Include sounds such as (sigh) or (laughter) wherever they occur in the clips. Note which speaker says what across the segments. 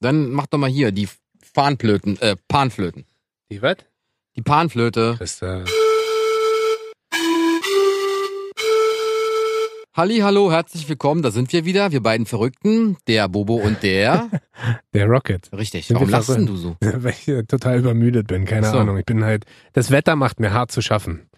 Speaker 1: Dann mach doch mal hier die Fahnenflöten, äh, Panflöten.
Speaker 2: Die was?
Speaker 1: Die Panflöte.
Speaker 2: Christa.
Speaker 1: Halli, hallo, herzlich willkommen. Da sind wir wieder, wir beiden Verrückten, der Bobo und der.
Speaker 2: (laughs) Der Rocket. (laughs)
Speaker 1: Richtig.
Speaker 2: Sind wir
Speaker 1: Warum lachst denn
Speaker 2: verrückt?
Speaker 1: du so?
Speaker 2: Weil ich äh, total übermüdet bin, keine
Speaker 1: Ach so.
Speaker 2: Ahnung. Ich bin halt. Das Wetter macht mir hart zu schaffen.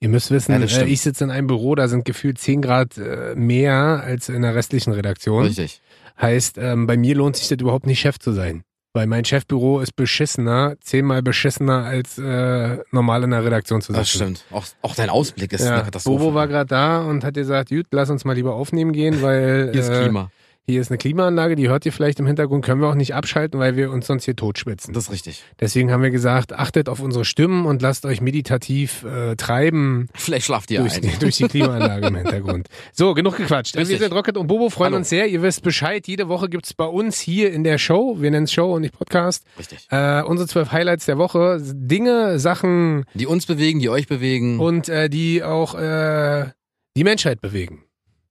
Speaker 2: Ihr müsst wissen,
Speaker 1: Ja, das
Speaker 2: äh,
Speaker 1: stimmt.
Speaker 2: ich sitze in einem Büro, da sind gefühlt 10 Grad äh, mehr als in der restlichen Redaktion.
Speaker 1: Richtig.
Speaker 2: Heißt, ähm, bei mir lohnt sich das überhaupt nicht, Chef zu sein. Weil mein Chefbüro ist beschissener, zehnmal beschissener als äh, normal in der Redaktion zu sitzen.
Speaker 1: Das stimmt. Auch, auch dein Ausblick ist eine
Speaker 2: Ja,
Speaker 1: Katastrophe.
Speaker 2: Bobo war gerade da und hat gesagt, gut, lass uns mal lieber aufnehmen gehen, weil
Speaker 1: Hier ist
Speaker 2: äh,
Speaker 1: Klima.
Speaker 2: hier ist eine Klimaanlage, die hört ihr vielleicht im Hintergrund, können wir auch nicht abschalten, weil wir uns sonst hier totschwitzen.
Speaker 1: Das ist richtig.
Speaker 2: Deswegen haben wir gesagt, achtet auf unsere Stimmen und lasst euch meditativ äh, treiben
Speaker 1: Vielleicht schlaft ihr
Speaker 2: durch,
Speaker 1: ein.
Speaker 2: die- durch die Klimaanlage im Hintergrund. So, genug gequatscht.
Speaker 1: Richtig.
Speaker 2: Wir sind Rocket und Bobo, freuen
Speaker 1: Hallo.
Speaker 2: uns sehr. Ihr wisst Bescheid, jede Woche gibt's bei uns hier in der Show, wir nennen es Show und nicht Podcast,
Speaker 1: Richtig.
Speaker 2: äh, unsere zwölf Highlights der Woche, Dinge, Sachen
Speaker 1: Die uns bewegen, die euch bewegen.
Speaker 2: und äh, die auch äh, die Menschheit bewegen.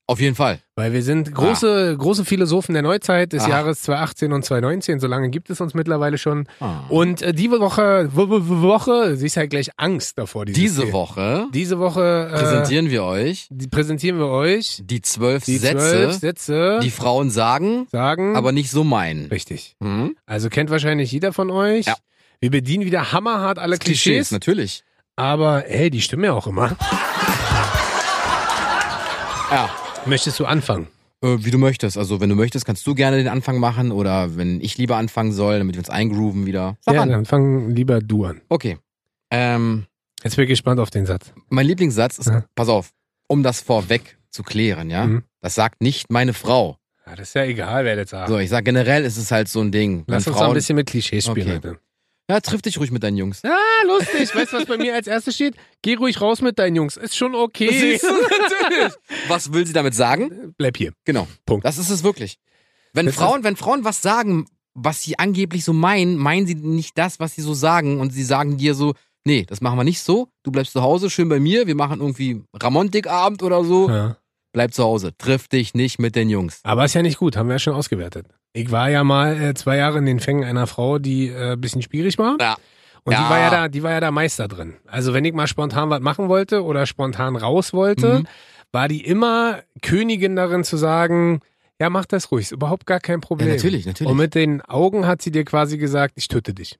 Speaker 1: Auf jeden Fall.
Speaker 2: Weil wir sind große, große Philosophen der Neuzeit des
Speaker 1: Ah.
Speaker 2: Jahres 2018 und 2019. So lange gibt es uns mittlerweile schon.
Speaker 1: Ah.
Speaker 2: Und äh, diese Woche, w -w -w Woche, sie ist ja gleich Angst davor. dieses
Speaker 1: Diese
Speaker 2: Thema.
Speaker 1: Woche
Speaker 2: Diese Woche äh,
Speaker 1: präsentieren wir euch
Speaker 2: die präsentieren wir euch
Speaker 1: die zwölf
Speaker 2: die
Speaker 1: Sätze,
Speaker 2: zwölf Sätze, Hm?
Speaker 1: die Frauen sagen,
Speaker 2: sagen,
Speaker 1: aber nicht so meinen.
Speaker 2: richtig.
Speaker 1: Hm?
Speaker 2: Also kennt wahrscheinlich jeder von euch.
Speaker 1: Ja.
Speaker 2: Wir bedienen wieder hammerhart alle Klischees,
Speaker 1: natürlich.
Speaker 2: aber hey, die stimmen ja auch immer.
Speaker 1: Ja.
Speaker 2: Möchtest du anfangen?
Speaker 1: Äh, wie du möchtest. Also wenn du möchtest, kannst du gerne den Anfang machen oder wenn ich lieber anfangen soll, damit wir uns eingrooven wieder. Sag
Speaker 2: ja,
Speaker 1: an.
Speaker 2: dann fang lieber du an.
Speaker 1: Okay. Ähm,
Speaker 2: Jetzt bin ich gespannt auf den Satz.
Speaker 1: mein Lieblingssatz ist,
Speaker 2: Ja.
Speaker 1: pass auf, um das vorweg zu klären, ja.
Speaker 2: Mhm.
Speaker 1: Das sagt nicht meine Frau.
Speaker 2: Ja, das ist ja egal, wer das sagt.
Speaker 1: So, ich sag generell ist es halt so ein Ding.
Speaker 2: Lass
Speaker 1: wenn
Speaker 2: uns
Speaker 1: Frauen,
Speaker 2: doch ein bisschen mit Klischees spielen
Speaker 1: Okay.
Speaker 2: heute.
Speaker 1: Ja, triff dich ruhig mit deinen Jungs.
Speaker 2: Ah, lustig. Weißt du, was bei mir als erstes steht? Geh ruhig raus mit deinen Jungs. Ist
Speaker 1: (laughs)
Speaker 2: schon okay.
Speaker 1: Siehst du? Was will sie damit sagen?
Speaker 2: (laughs) Bleib hier.
Speaker 1: Genau.
Speaker 2: Punkt.
Speaker 1: Das ist es wirklich. Wenn
Speaker 2: Das
Speaker 1: Frauen, wenn Frauen was sagen, was sie angeblich so meinen, meinen sie nicht das, was sie so sagen und sie sagen dir so, nee, das machen wir nicht so. Du bleibst zu Hause, schön bei mir. Wir machen irgendwie Ramontik-Abend oder so.
Speaker 2: Ja.
Speaker 1: Bleib zu Hause. Triff dich nicht mit den Jungs.
Speaker 2: Aber ist ja nicht gut, haben wir ja schon ausgewertet. Ich war ja mal äh, zwei Jahre in den Fängen einer Frau, die äh, ein bisschen schwierig war.
Speaker 1: Ja.
Speaker 2: Und
Speaker 1: Ja.
Speaker 2: die war ja da, die war ja da Meister drin. Also wenn ich mal spontan was machen wollte oder spontan raus wollte,
Speaker 1: Mhm.
Speaker 2: war die immer Königin darin zu sagen, ja, mach das ruhig, ist überhaupt gar kein Problem.
Speaker 1: Ja, natürlich, natürlich.
Speaker 2: Und mit den Augen hat sie dir quasi gesagt, ich
Speaker 1: (laughs)
Speaker 2: töte dich.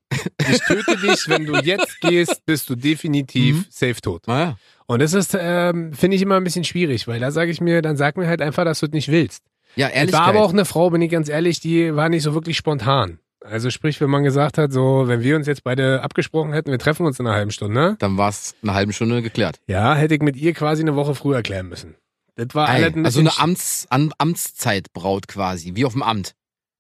Speaker 2: Ich töte dich, wenn du jetzt gehst, bist du definitiv
Speaker 1: Mhm.
Speaker 2: safe tot.
Speaker 1: Naja.
Speaker 2: Und das ist, ähm, finde ich immer ein bisschen schwierig, weil da sage ich mir, dann sag mir halt einfach, dass du es nicht willst.
Speaker 1: Ja,
Speaker 2: Ich
Speaker 1: ehrlich.
Speaker 2: war aber auch eine Frau, bin ich ganz ehrlich, die war nicht so wirklich spontan. Also sprich, wenn man gesagt hat, so, wenn wir uns jetzt beide abgesprochen hätten, wir treffen uns in einer halben Stunde,
Speaker 1: Dann war es eine halbe Stunde geklärt.
Speaker 2: ja, hätte ich mit ihr quasi eine Woche früher klären müssen. Das war
Speaker 1: Ei,
Speaker 2: alles ein
Speaker 1: also
Speaker 2: bisschen
Speaker 1: eine Amts, Am- Amtszeitbraut quasi, wie auf dem Amt.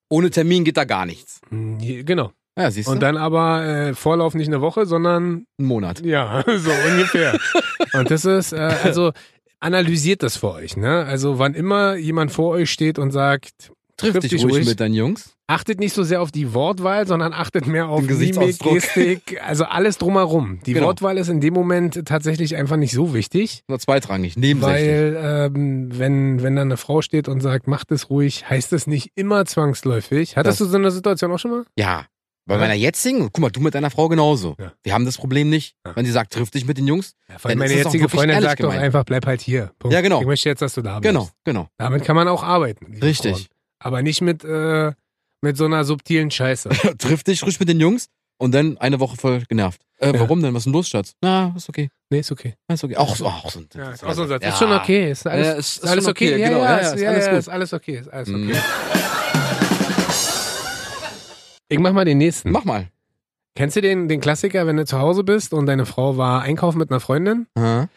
Speaker 1: Ohne Termin geht da gar nichts.
Speaker 2: sch- Genau.
Speaker 1: Ja, siehst du?
Speaker 2: Und dann aber äh, Vorlauf nicht eine Woche, sondern
Speaker 1: Einen Monat.
Speaker 2: Ja, (laughs) so ungefähr. und das ist, äh, also analysiert das für euch, ne? Also wann immer jemand vor euch steht und sagt,
Speaker 1: Triff dich ruhig, mit deinen Jungs.
Speaker 2: achtet nicht so sehr auf die Wortwahl, sondern achtet mehr auf
Speaker 1: Den
Speaker 2: Mimik,
Speaker 1: Gesichtsausdruck.
Speaker 2: Gestik, also alles drumherum. Die
Speaker 1: Genau.
Speaker 2: Wortwahl ist in dem Moment tatsächlich einfach nicht so wichtig.
Speaker 1: Nur zweitrangig, nebensächlich.
Speaker 2: Weil ähm, wenn, wenn da eine Frau steht und sagt, macht es ruhig, heißt das nicht immer zwangsläufig. Hattest
Speaker 1: Das-
Speaker 2: du so eine Situation auch schon mal?
Speaker 1: Ja. Bei
Speaker 2: Ja.
Speaker 1: meiner jetzigen, guck mal, du mit deiner Frau genauso.
Speaker 2: Ja.
Speaker 1: Wir haben das Problem nicht.
Speaker 2: Ja.
Speaker 1: Wenn sie sagt, triff dich mit den Jungs.
Speaker 2: Weil
Speaker 1: Dann
Speaker 2: meine
Speaker 1: ist es auch
Speaker 2: jetzige
Speaker 1: wirklich
Speaker 2: Freundin
Speaker 1: ehrlich
Speaker 2: sagt doch
Speaker 1: gemeint.
Speaker 2: einfach, bleib halt hier. Punkt.
Speaker 1: Ja, genau.
Speaker 2: Ich möchte jetzt, dass du da bist.
Speaker 1: Genau, genau. (laughs)
Speaker 2: Damit kann man auch arbeiten. liebe
Speaker 1: Richtig.
Speaker 2: Frauen. Aber nicht mit, äh, mit so einer subtilen Scheiße.
Speaker 1: triff dich ruhig mit den Jungs und dann eine Woche voll genervt. Äh,
Speaker 2: Ja.
Speaker 1: Warum denn? Was ist denn los, Schatz? Na, ist okay.
Speaker 2: (laughs) Nee, ist okay.
Speaker 1: Ist okay. Auch so, auch so ein
Speaker 2: Ja, ist
Speaker 1: so ein
Speaker 2: auch so ein Satz.
Speaker 1: Ja.
Speaker 2: Ist schon okay. Ist alles,
Speaker 1: Ja,
Speaker 2: ist, alles
Speaker 1: schon
Speaker 2: okay. Ja,
Speaker 1: genau.
Speaker 2: ja, ist,
Speaker 1: ist
Speaker 2: ja,
Speaker 1: alles
Speaker 2: ja,
Speaker 1: gut.
Speaker 2: ist alles okay. Ist alles okay.
Speaker 1: Mhm.
Speaker 2: Ich mach mal den nächsten.
Speaker 1: Mach mal.
Speaker 2: Kennst du den, den Klassiker, wenn du zu Hause bist und deine Frau war einkaufen mit einer Freundin
Speaker 1: Hä?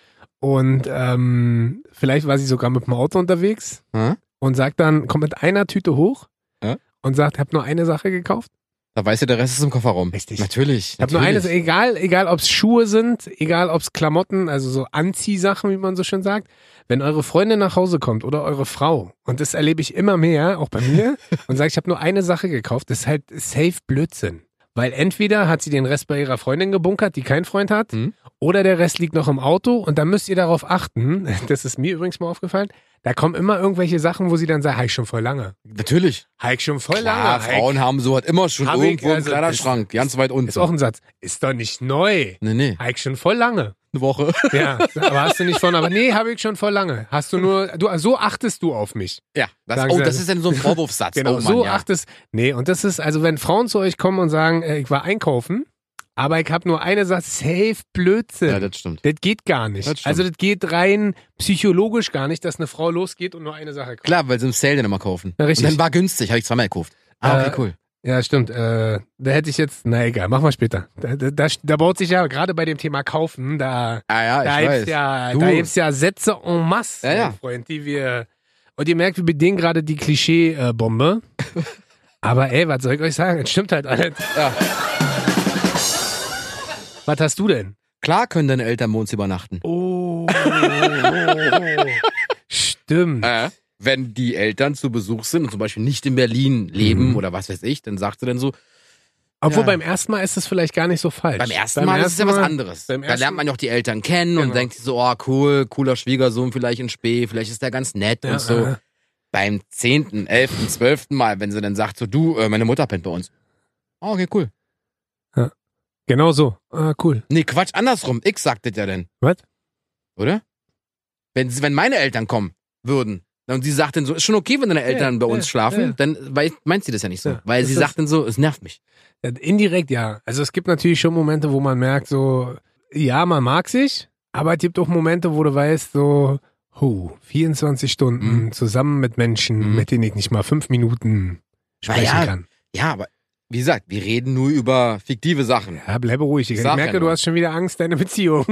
Speaker 2: und ähm, vielleicht war sie sogar mit dem Auto unterwegs
Speaker 1: Hä?
Speaker 2: und sagt dann, kommt mit einer Tüte hoch
Speaker 1: Ja.
Speaker 2: und sagt, hab nur eine Sache gekauft.
Speaker 1: Da weiß ja, der Rest ist im Kofferraum.
Speaker 2: Richtig.
Speaker 1: Natürlich.
Speaker 2: Ich habe nur
Speaker 1: natürlich.
Speaker 2: eines, egal, egal ob es Schuhe sind, egal ob es Klamotten, also so Anziehsachen, wie man so schön sagt, wenn eure Freundin nach Hause kommt oder eure Frau, und das erlebe ich immer mehr, auch
Speaker 1: (laughs)
Speaker 2: bei mir, und sagt, ich habe nur eine Sache gekauft, das ist halt safe Blödsinn. Weil entweder hat sie den Rest bei ihrer Freundin gebunkert, die keinen Freund hat,
Speaker 1: Mhm.
Speaker 2: (laughs) oder der Rest liegt noch im Auto und dann müsst ihr darauf achten, das ist mir übrigens mal aufgefallen, Da kommen immer irgendwelche Sachen, wo sie dann sagen, hab ich schon voll lange.
Speaker 1: Natürlich.
Speaker 2: Hab ich schon voll
Speaker 1: Klar,
Speaker 2: lange. hab ich-
Speaker 1: Frauen haben so halt immer schon
Speaker 2: Hab ich,
Speaker 1: irgendwo
Speaker 2: also,
Speaker 1: im Kleiderschrank, ganz weit unten.
Speaker 2: Ist auch ein Satz. Ist doch nicht neu.
Speaker 1: nee,
Speaker 2: (laughs)
Speaker 1: nee.
Speaker 2: Hab ich schon voll lange.
Speaker 1: Eine Woche.
Speaker 2: Ja, aber hast du nicht von, aber nee, habe ich schon voll lange. Hast du nur, du, so achtest du auf mich.
Speaker 1: Ja, das,
Speaker 2: Sagen
Speaker 1: oh,
Speaker 2: Sie-
Speaker 1: das ist dann so ein Vorwurfssatz.
Speaker 2: (laughs) Genau,
Speaker 1: oh Mann,
Speaker 2: so
Speaker 1: ja.
Speaker 2: achtest, nee, und das ist, also wenn Frauen zu euch kommen und sagen, äh, ich war einkaufen, aber ich habe nur eine Sache, safe Blödsinn.
Speaker 1: Ja,
Speaker 2: das,
Speaker 1: das stimmt.
Speaker 2: geht gar nicht.
Speaker 1: Das stimmt.
Speaker 2: also das geht rein psychologisch gar nicht, dass eine Frau losgeht und nur eine Sache kauft.
Speaker 1: Klar, weil sie im Sale dann immer kaufen.
Speaker 2: Na, richtig.
Speaker 1: Und dann war günstig, habe ich zweimal gekauft. Ah, okay,
Speaker 2: Äh,
Speaker 1: cool.
Speaker 2: Ja, stimmt. Äh, da hätte ich jetzt, na egal, machen wir später. Da, da, da, da baut sich ja gerade bei dem Thema Kaufen, da
Speaker 1: Ah ja, ich
Speaker 2: Da
Speaker 1: weiß.
Speaker 2: gibt's ja,
Speaker 1: Du.
Speaker 2: da gibt's ja Sätze en masse,
Speaker 1: Ja, ja.
Speaker 2: mein Freund, die wir. Und ihr merkt, wir bedienen gerade
Speaker 1: (laughs)
Speaker 2: die Klischee-Bombe. Aber ey, was soll ich euch sagen? Es stimmt halt alles.
Speaker 1: Ja.
Speaker 2: Was hast du denn?
Speaker 1: Klar können deine Eltern bei uns übernachten.
Speaker 2: Oh. (laughs) stimmt.
Speaker 1: Äh, wenn die Eltern zu Besuch sind und zum Beispiel nicht in Berlin leben oder was weiß ich, dann sagt sie dann so,
Speaker 2: Obwohl
Speaker 1: ja.
Speaker 2: beim ersten Mal ist es vielleicht gar nicht so falsch.
Speaker 1: beim ersten Mal ist es ja was anderes. Da
Speaker 2: beim ersten-
Speaker 1: lernt man ja auch die Eltern kennen und
Speaker 2: Genau.
Speaker 1: denkt sich so, oh cool, cooler Schwiegersohn vielleicht in Spee, vielleicht ist der ganz nett
Speaker 2: Ja,
Speaker 1: und so.
Speaker 2: äh.
Speaker 1: Beim zehnten, elften, zwölften Mal, wenn sie dann sagt so, du, äh, meine Mutter pennt bei uns. Oh, okay, cool.
Speaker 2: Genau so. Ah, cool.
Speaker 1: Nee, Quatsch, andersrum. Ich sag das ja dann.
Speaker 2: Was?
Speaker 1: Oder? Wenn, sie- wenn meine Eltern kommen würden und sie sagt dann so, ist schon okay, wenn deine Eltern bei uns
Speaker 2: ja,
Speaker 1: schlafen,
Speaker 2: ja.
Speaker 1: dann wei- meint sie das ja nicht so.
Speaker 2: Ja,
Speaker 1: weil
Speaker 2: das
Speaker 1: sie
Speaker 2: ist-
Speaker 1: sagt dann so, es nervt mich.
Speaker 2: Ja, Äh, Indirekt ja. Also es gibt natürlich schon Momente, wo man merkt, so, ja, man mag sich, aber es gibt auch Momente, wo du weißt, so, hu, 24 Stunden
Speaker 1: Mhm.
Speaker 2: zusammen mit Menschen,
Speaker 1: Mhm.
Speaker 2: mit denen ich nicht mal fünf Minuten sprechen
Speaker 1: Na ja.
Speaker 2: kann.
Speaker 1: Ja, aber wie gesagt, wir reden nur über fiktive
Speaker 2: (laughs)
Speaker 1: Sachen.
Speaker 2: Ja, bleibe ruhig. Ich,
Speaker 1: Sag ja
Speaker 2: merke, du
Speaker 1: nur.
Speaker 2: hast schon wieder Angst,
Speaker 1: (laughs)
Speaker 2: deine Beziehung.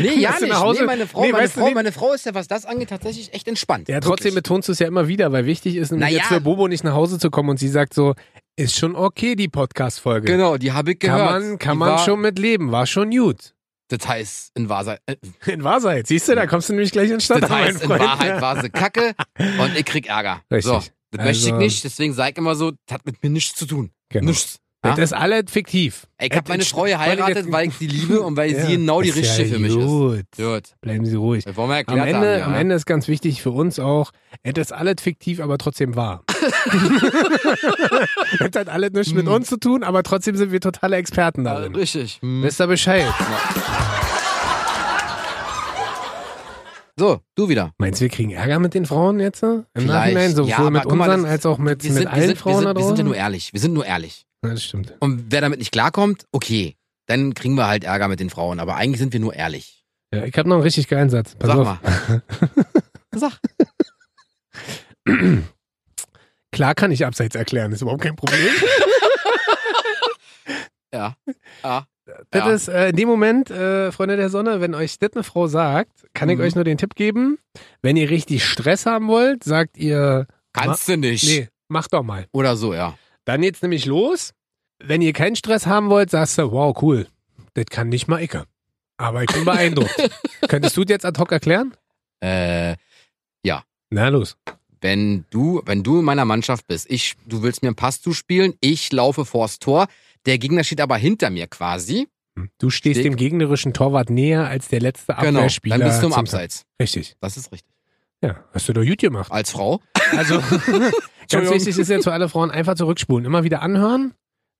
Speaker 1: Nee, ja
Speaker 2: Kommst du
Speaker 1: nicht.
Speaker 2: nach Hause?
Speaker 1: Nee, meine Frau,
Speaker 2: Nee,
Speaker 1: meine,
Speaker 2: weißt du
Speaker 1: Frau
Speaker 2: nicht?
Speaker 1: meine Frau ist ja, was das angeht, tatsächlich echt entspannt.
Speaker 2: ja, trotzdem
Speaker 1: Wirklich.
Speaker 2: betonst du es ja immer wieder, weil wichtig ist nämlich
Speaker 1: Na
Speaker 2: jetzt
Speaker 1: ja.
Speaker 2: für Bobo nicht nach Hause zu kommen und sie sagt so, ist schon okay, die Podcast-Folge.
Speaker 1: Genau, die habe ich
Speaker 2: Kann
Speaker 1: gehört.
Speaker 2: man, kann
Speaker 1: Die
Speaker 2: man
Speaker 1: war,
Speaker 2: schon mit leben, war schon gut.
Speaker 1: Das heißt, in Wahrheit,
Speaker 2: (laughs)
Speaker 1: äh,
Speaker 2: In Wahrheit, siehst du, da kommst du nämlich gleich in Stadt.
Speaker 1: Mhm. das heißt, in
Speaker 2: mein Freund.
Speaker 1: Wahrheit war sie kacke und ich krieg Ärger.
Speaker 2: Richtig.
Speaker 1: So, das möchte ich
Speaker 2: Also-
Speaker 1: nicht, deswegen sag ich immer so, das hat mit mir nichts zu tun.
Speaker 2: Genau.
Speaker 1: Nichts. Ja?
Speaker 2: Das ist alles fiktiv.
Speaker 1: Ey, Ich habe meine Frau geheiratet, weil ich sie liebe und weil
Speaker 2: Ja.
Speaker 1: sie genau die
Speaker 2: Ist ja
Speaker 1: richtige für mich ist.
Speaker 2: gut.
Speaker 1: Gut.
Speaker 2: Bleiben Sie ruhig.
Speaker 1: Das wollen wir
Speaker 2: Am
Speaker 1: erklärt
Speaker 2: Ende,
Speaker 1: haben. Ja.
Speaker 2: am Ende ist ganz wichtig für uns auch, es ist alles fiktiv, aber
Speaker 1: (laughs)
Speaker 2: trotzdem wahr. Es hat alles nichts mit uns zu tun, aber trotzdem sind wir totale Experten
Speaker 1: Hm. Ja,
Speaker 2: darin.
Speaker 1: Richtig. Hm.
Speaker 2: Wisst ihr Bescheid?
Speaker 1: So, du wieder.
Speaker 2: Meinst du, wir kriegen Ärger mit den Frauen jetzt? Im
Speaker 1: Vielleicht.
Speaker 2: Nachhinein, sowohl
Speaker 1: Ja, aber
Speaker 2: mit
Speaker 1: guck mal,
Speaker 2: unseren
Speaker 1: das-
Speaker 2: als auch mit,
Speaker 1: Wir
Speaker 2: mit
Speaker 1: sind,
Speaker 2: allen
Speaker 1: wir, sind, wir,
Speaker 2: Frauen da
Speaker 1: sind, wir sind ja
Speaker 2: draußen?
Speaker 1: nur ehrlich. Wir sind nur ehrlich.
Speaker 2: Ja, das stimmt.
Speaker 1: Und wer damit nicht klarkommt, okay, dann kriegen wir halt Ärger mit den Frauen. Aber eigentlich sind wir nur ehrlich.
Speaker 2: Ja, ich habe noch einen richtig geilen Satz. Pass
Speaker 1: Sag
Speaker 2: auf.
Speaker 1: mal. Sag.
Speaker 2: Klar kann ich Abseits erklären, ist überhaupt kein Problem.
Speaker 1: (laughs) Ja. Ah, Ja.
Speaker 2: Das
Speaker 1: Ja.
Speaker 2: ist äh, in dem Moment, äh, Freunde der Sonne, wenn euch das eine Frau sagt, kann ich
Speaker 1: Mhm.
Speaker 2: euch nur den Tipp geben, wenn ihr richtig Stress haben wollt, sagt ihr,
Speaker 1: Kannst du nicht.
Speaker 2: nee, mach doch mal.
Speaker 1: Oder so, ja.
Speaker 2: Dann geht's nämlich los. Wenn ihr keinen Stress haben wollt, sagst du, wow, cool, das kann nicht mal ich. Aber ich
Speaker 1: (laughs)
Speaker 2: bin beeindruckt. Könntest du das jetzt ad hoc erklären?
Speaker 1: Äh,
Speaker 2: Na los.
Speaker 1: wenn du, wenn du in meiner Mannschaft bist, ich, du willst mir einen Pass zuspielen, ich laufe vors Tor, der Gegner steht aber hinter mir quasi.
Speaker 2: Du stehst
Speaker 1: Steg.
Speaker 2: dem gegnerischen Torwart näher als der letzte
Speaker 1: Genau,
Speaker 2: Abwehrspieler.
Speaker 1: dann bist du im
Speaker 2: zum-
Speaker 1: Abseits.
Speaker 2: Richtig.
Speaker 1: Das ist richtig.
Speaker 2: Ja, hast du doch gut gemacht.
Speaker 1: Als Frau? (laughs)
Speaker 2: Also ganz
Speaker 1: Entschuldigung.
Speaker 2: wichtig ist jetzt für alle Frauen einfach zurückspulen, immer wieder anhören.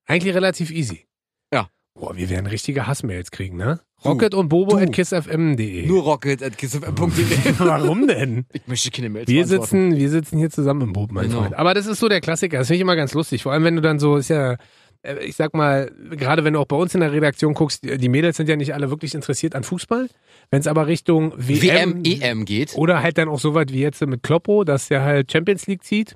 Speaker 2: Eigentlich relativ easy.
Speaker 1: Ja.
Speaker 2: Boah, wir werden richtige Hassmails kriegen, ne?
Speaker 1: Du.
Speaker 2: Rocket und Bobo
Speaker 1: Du.
Speaker 2: at kissfm.de.
Speaker 1: Nur (laughs) rocket at kissfm.de.
Speaker 2: (laughs) Warum denn?
Speaker 1: (laughs) Ich möchte keine Mails
Speaker 2: Wir
Speaker 1: beantworten.
Speaker 2: sitzen, wir sitzen hier zusammen im Boot, mein
Speaker 1: Genau.
Speaker 2: Freund. Aber das ist so der Klassiker. Das finde ich immer ganz lustig. Vor allem, wenn du dann so, ist ja, äh, ich sag mal, gerade wenn du auch bei uns in der Redaktion guckst, die die Mädels sind ja nicht alle wirklich interessiert an Fußball. Wenn es aber Richtung
Speaker 1: WM, EM E geht.
Speaker 2: oder halt dann auch so weit wie jetzt mit Kloppo, dass der halt Champions League zieht.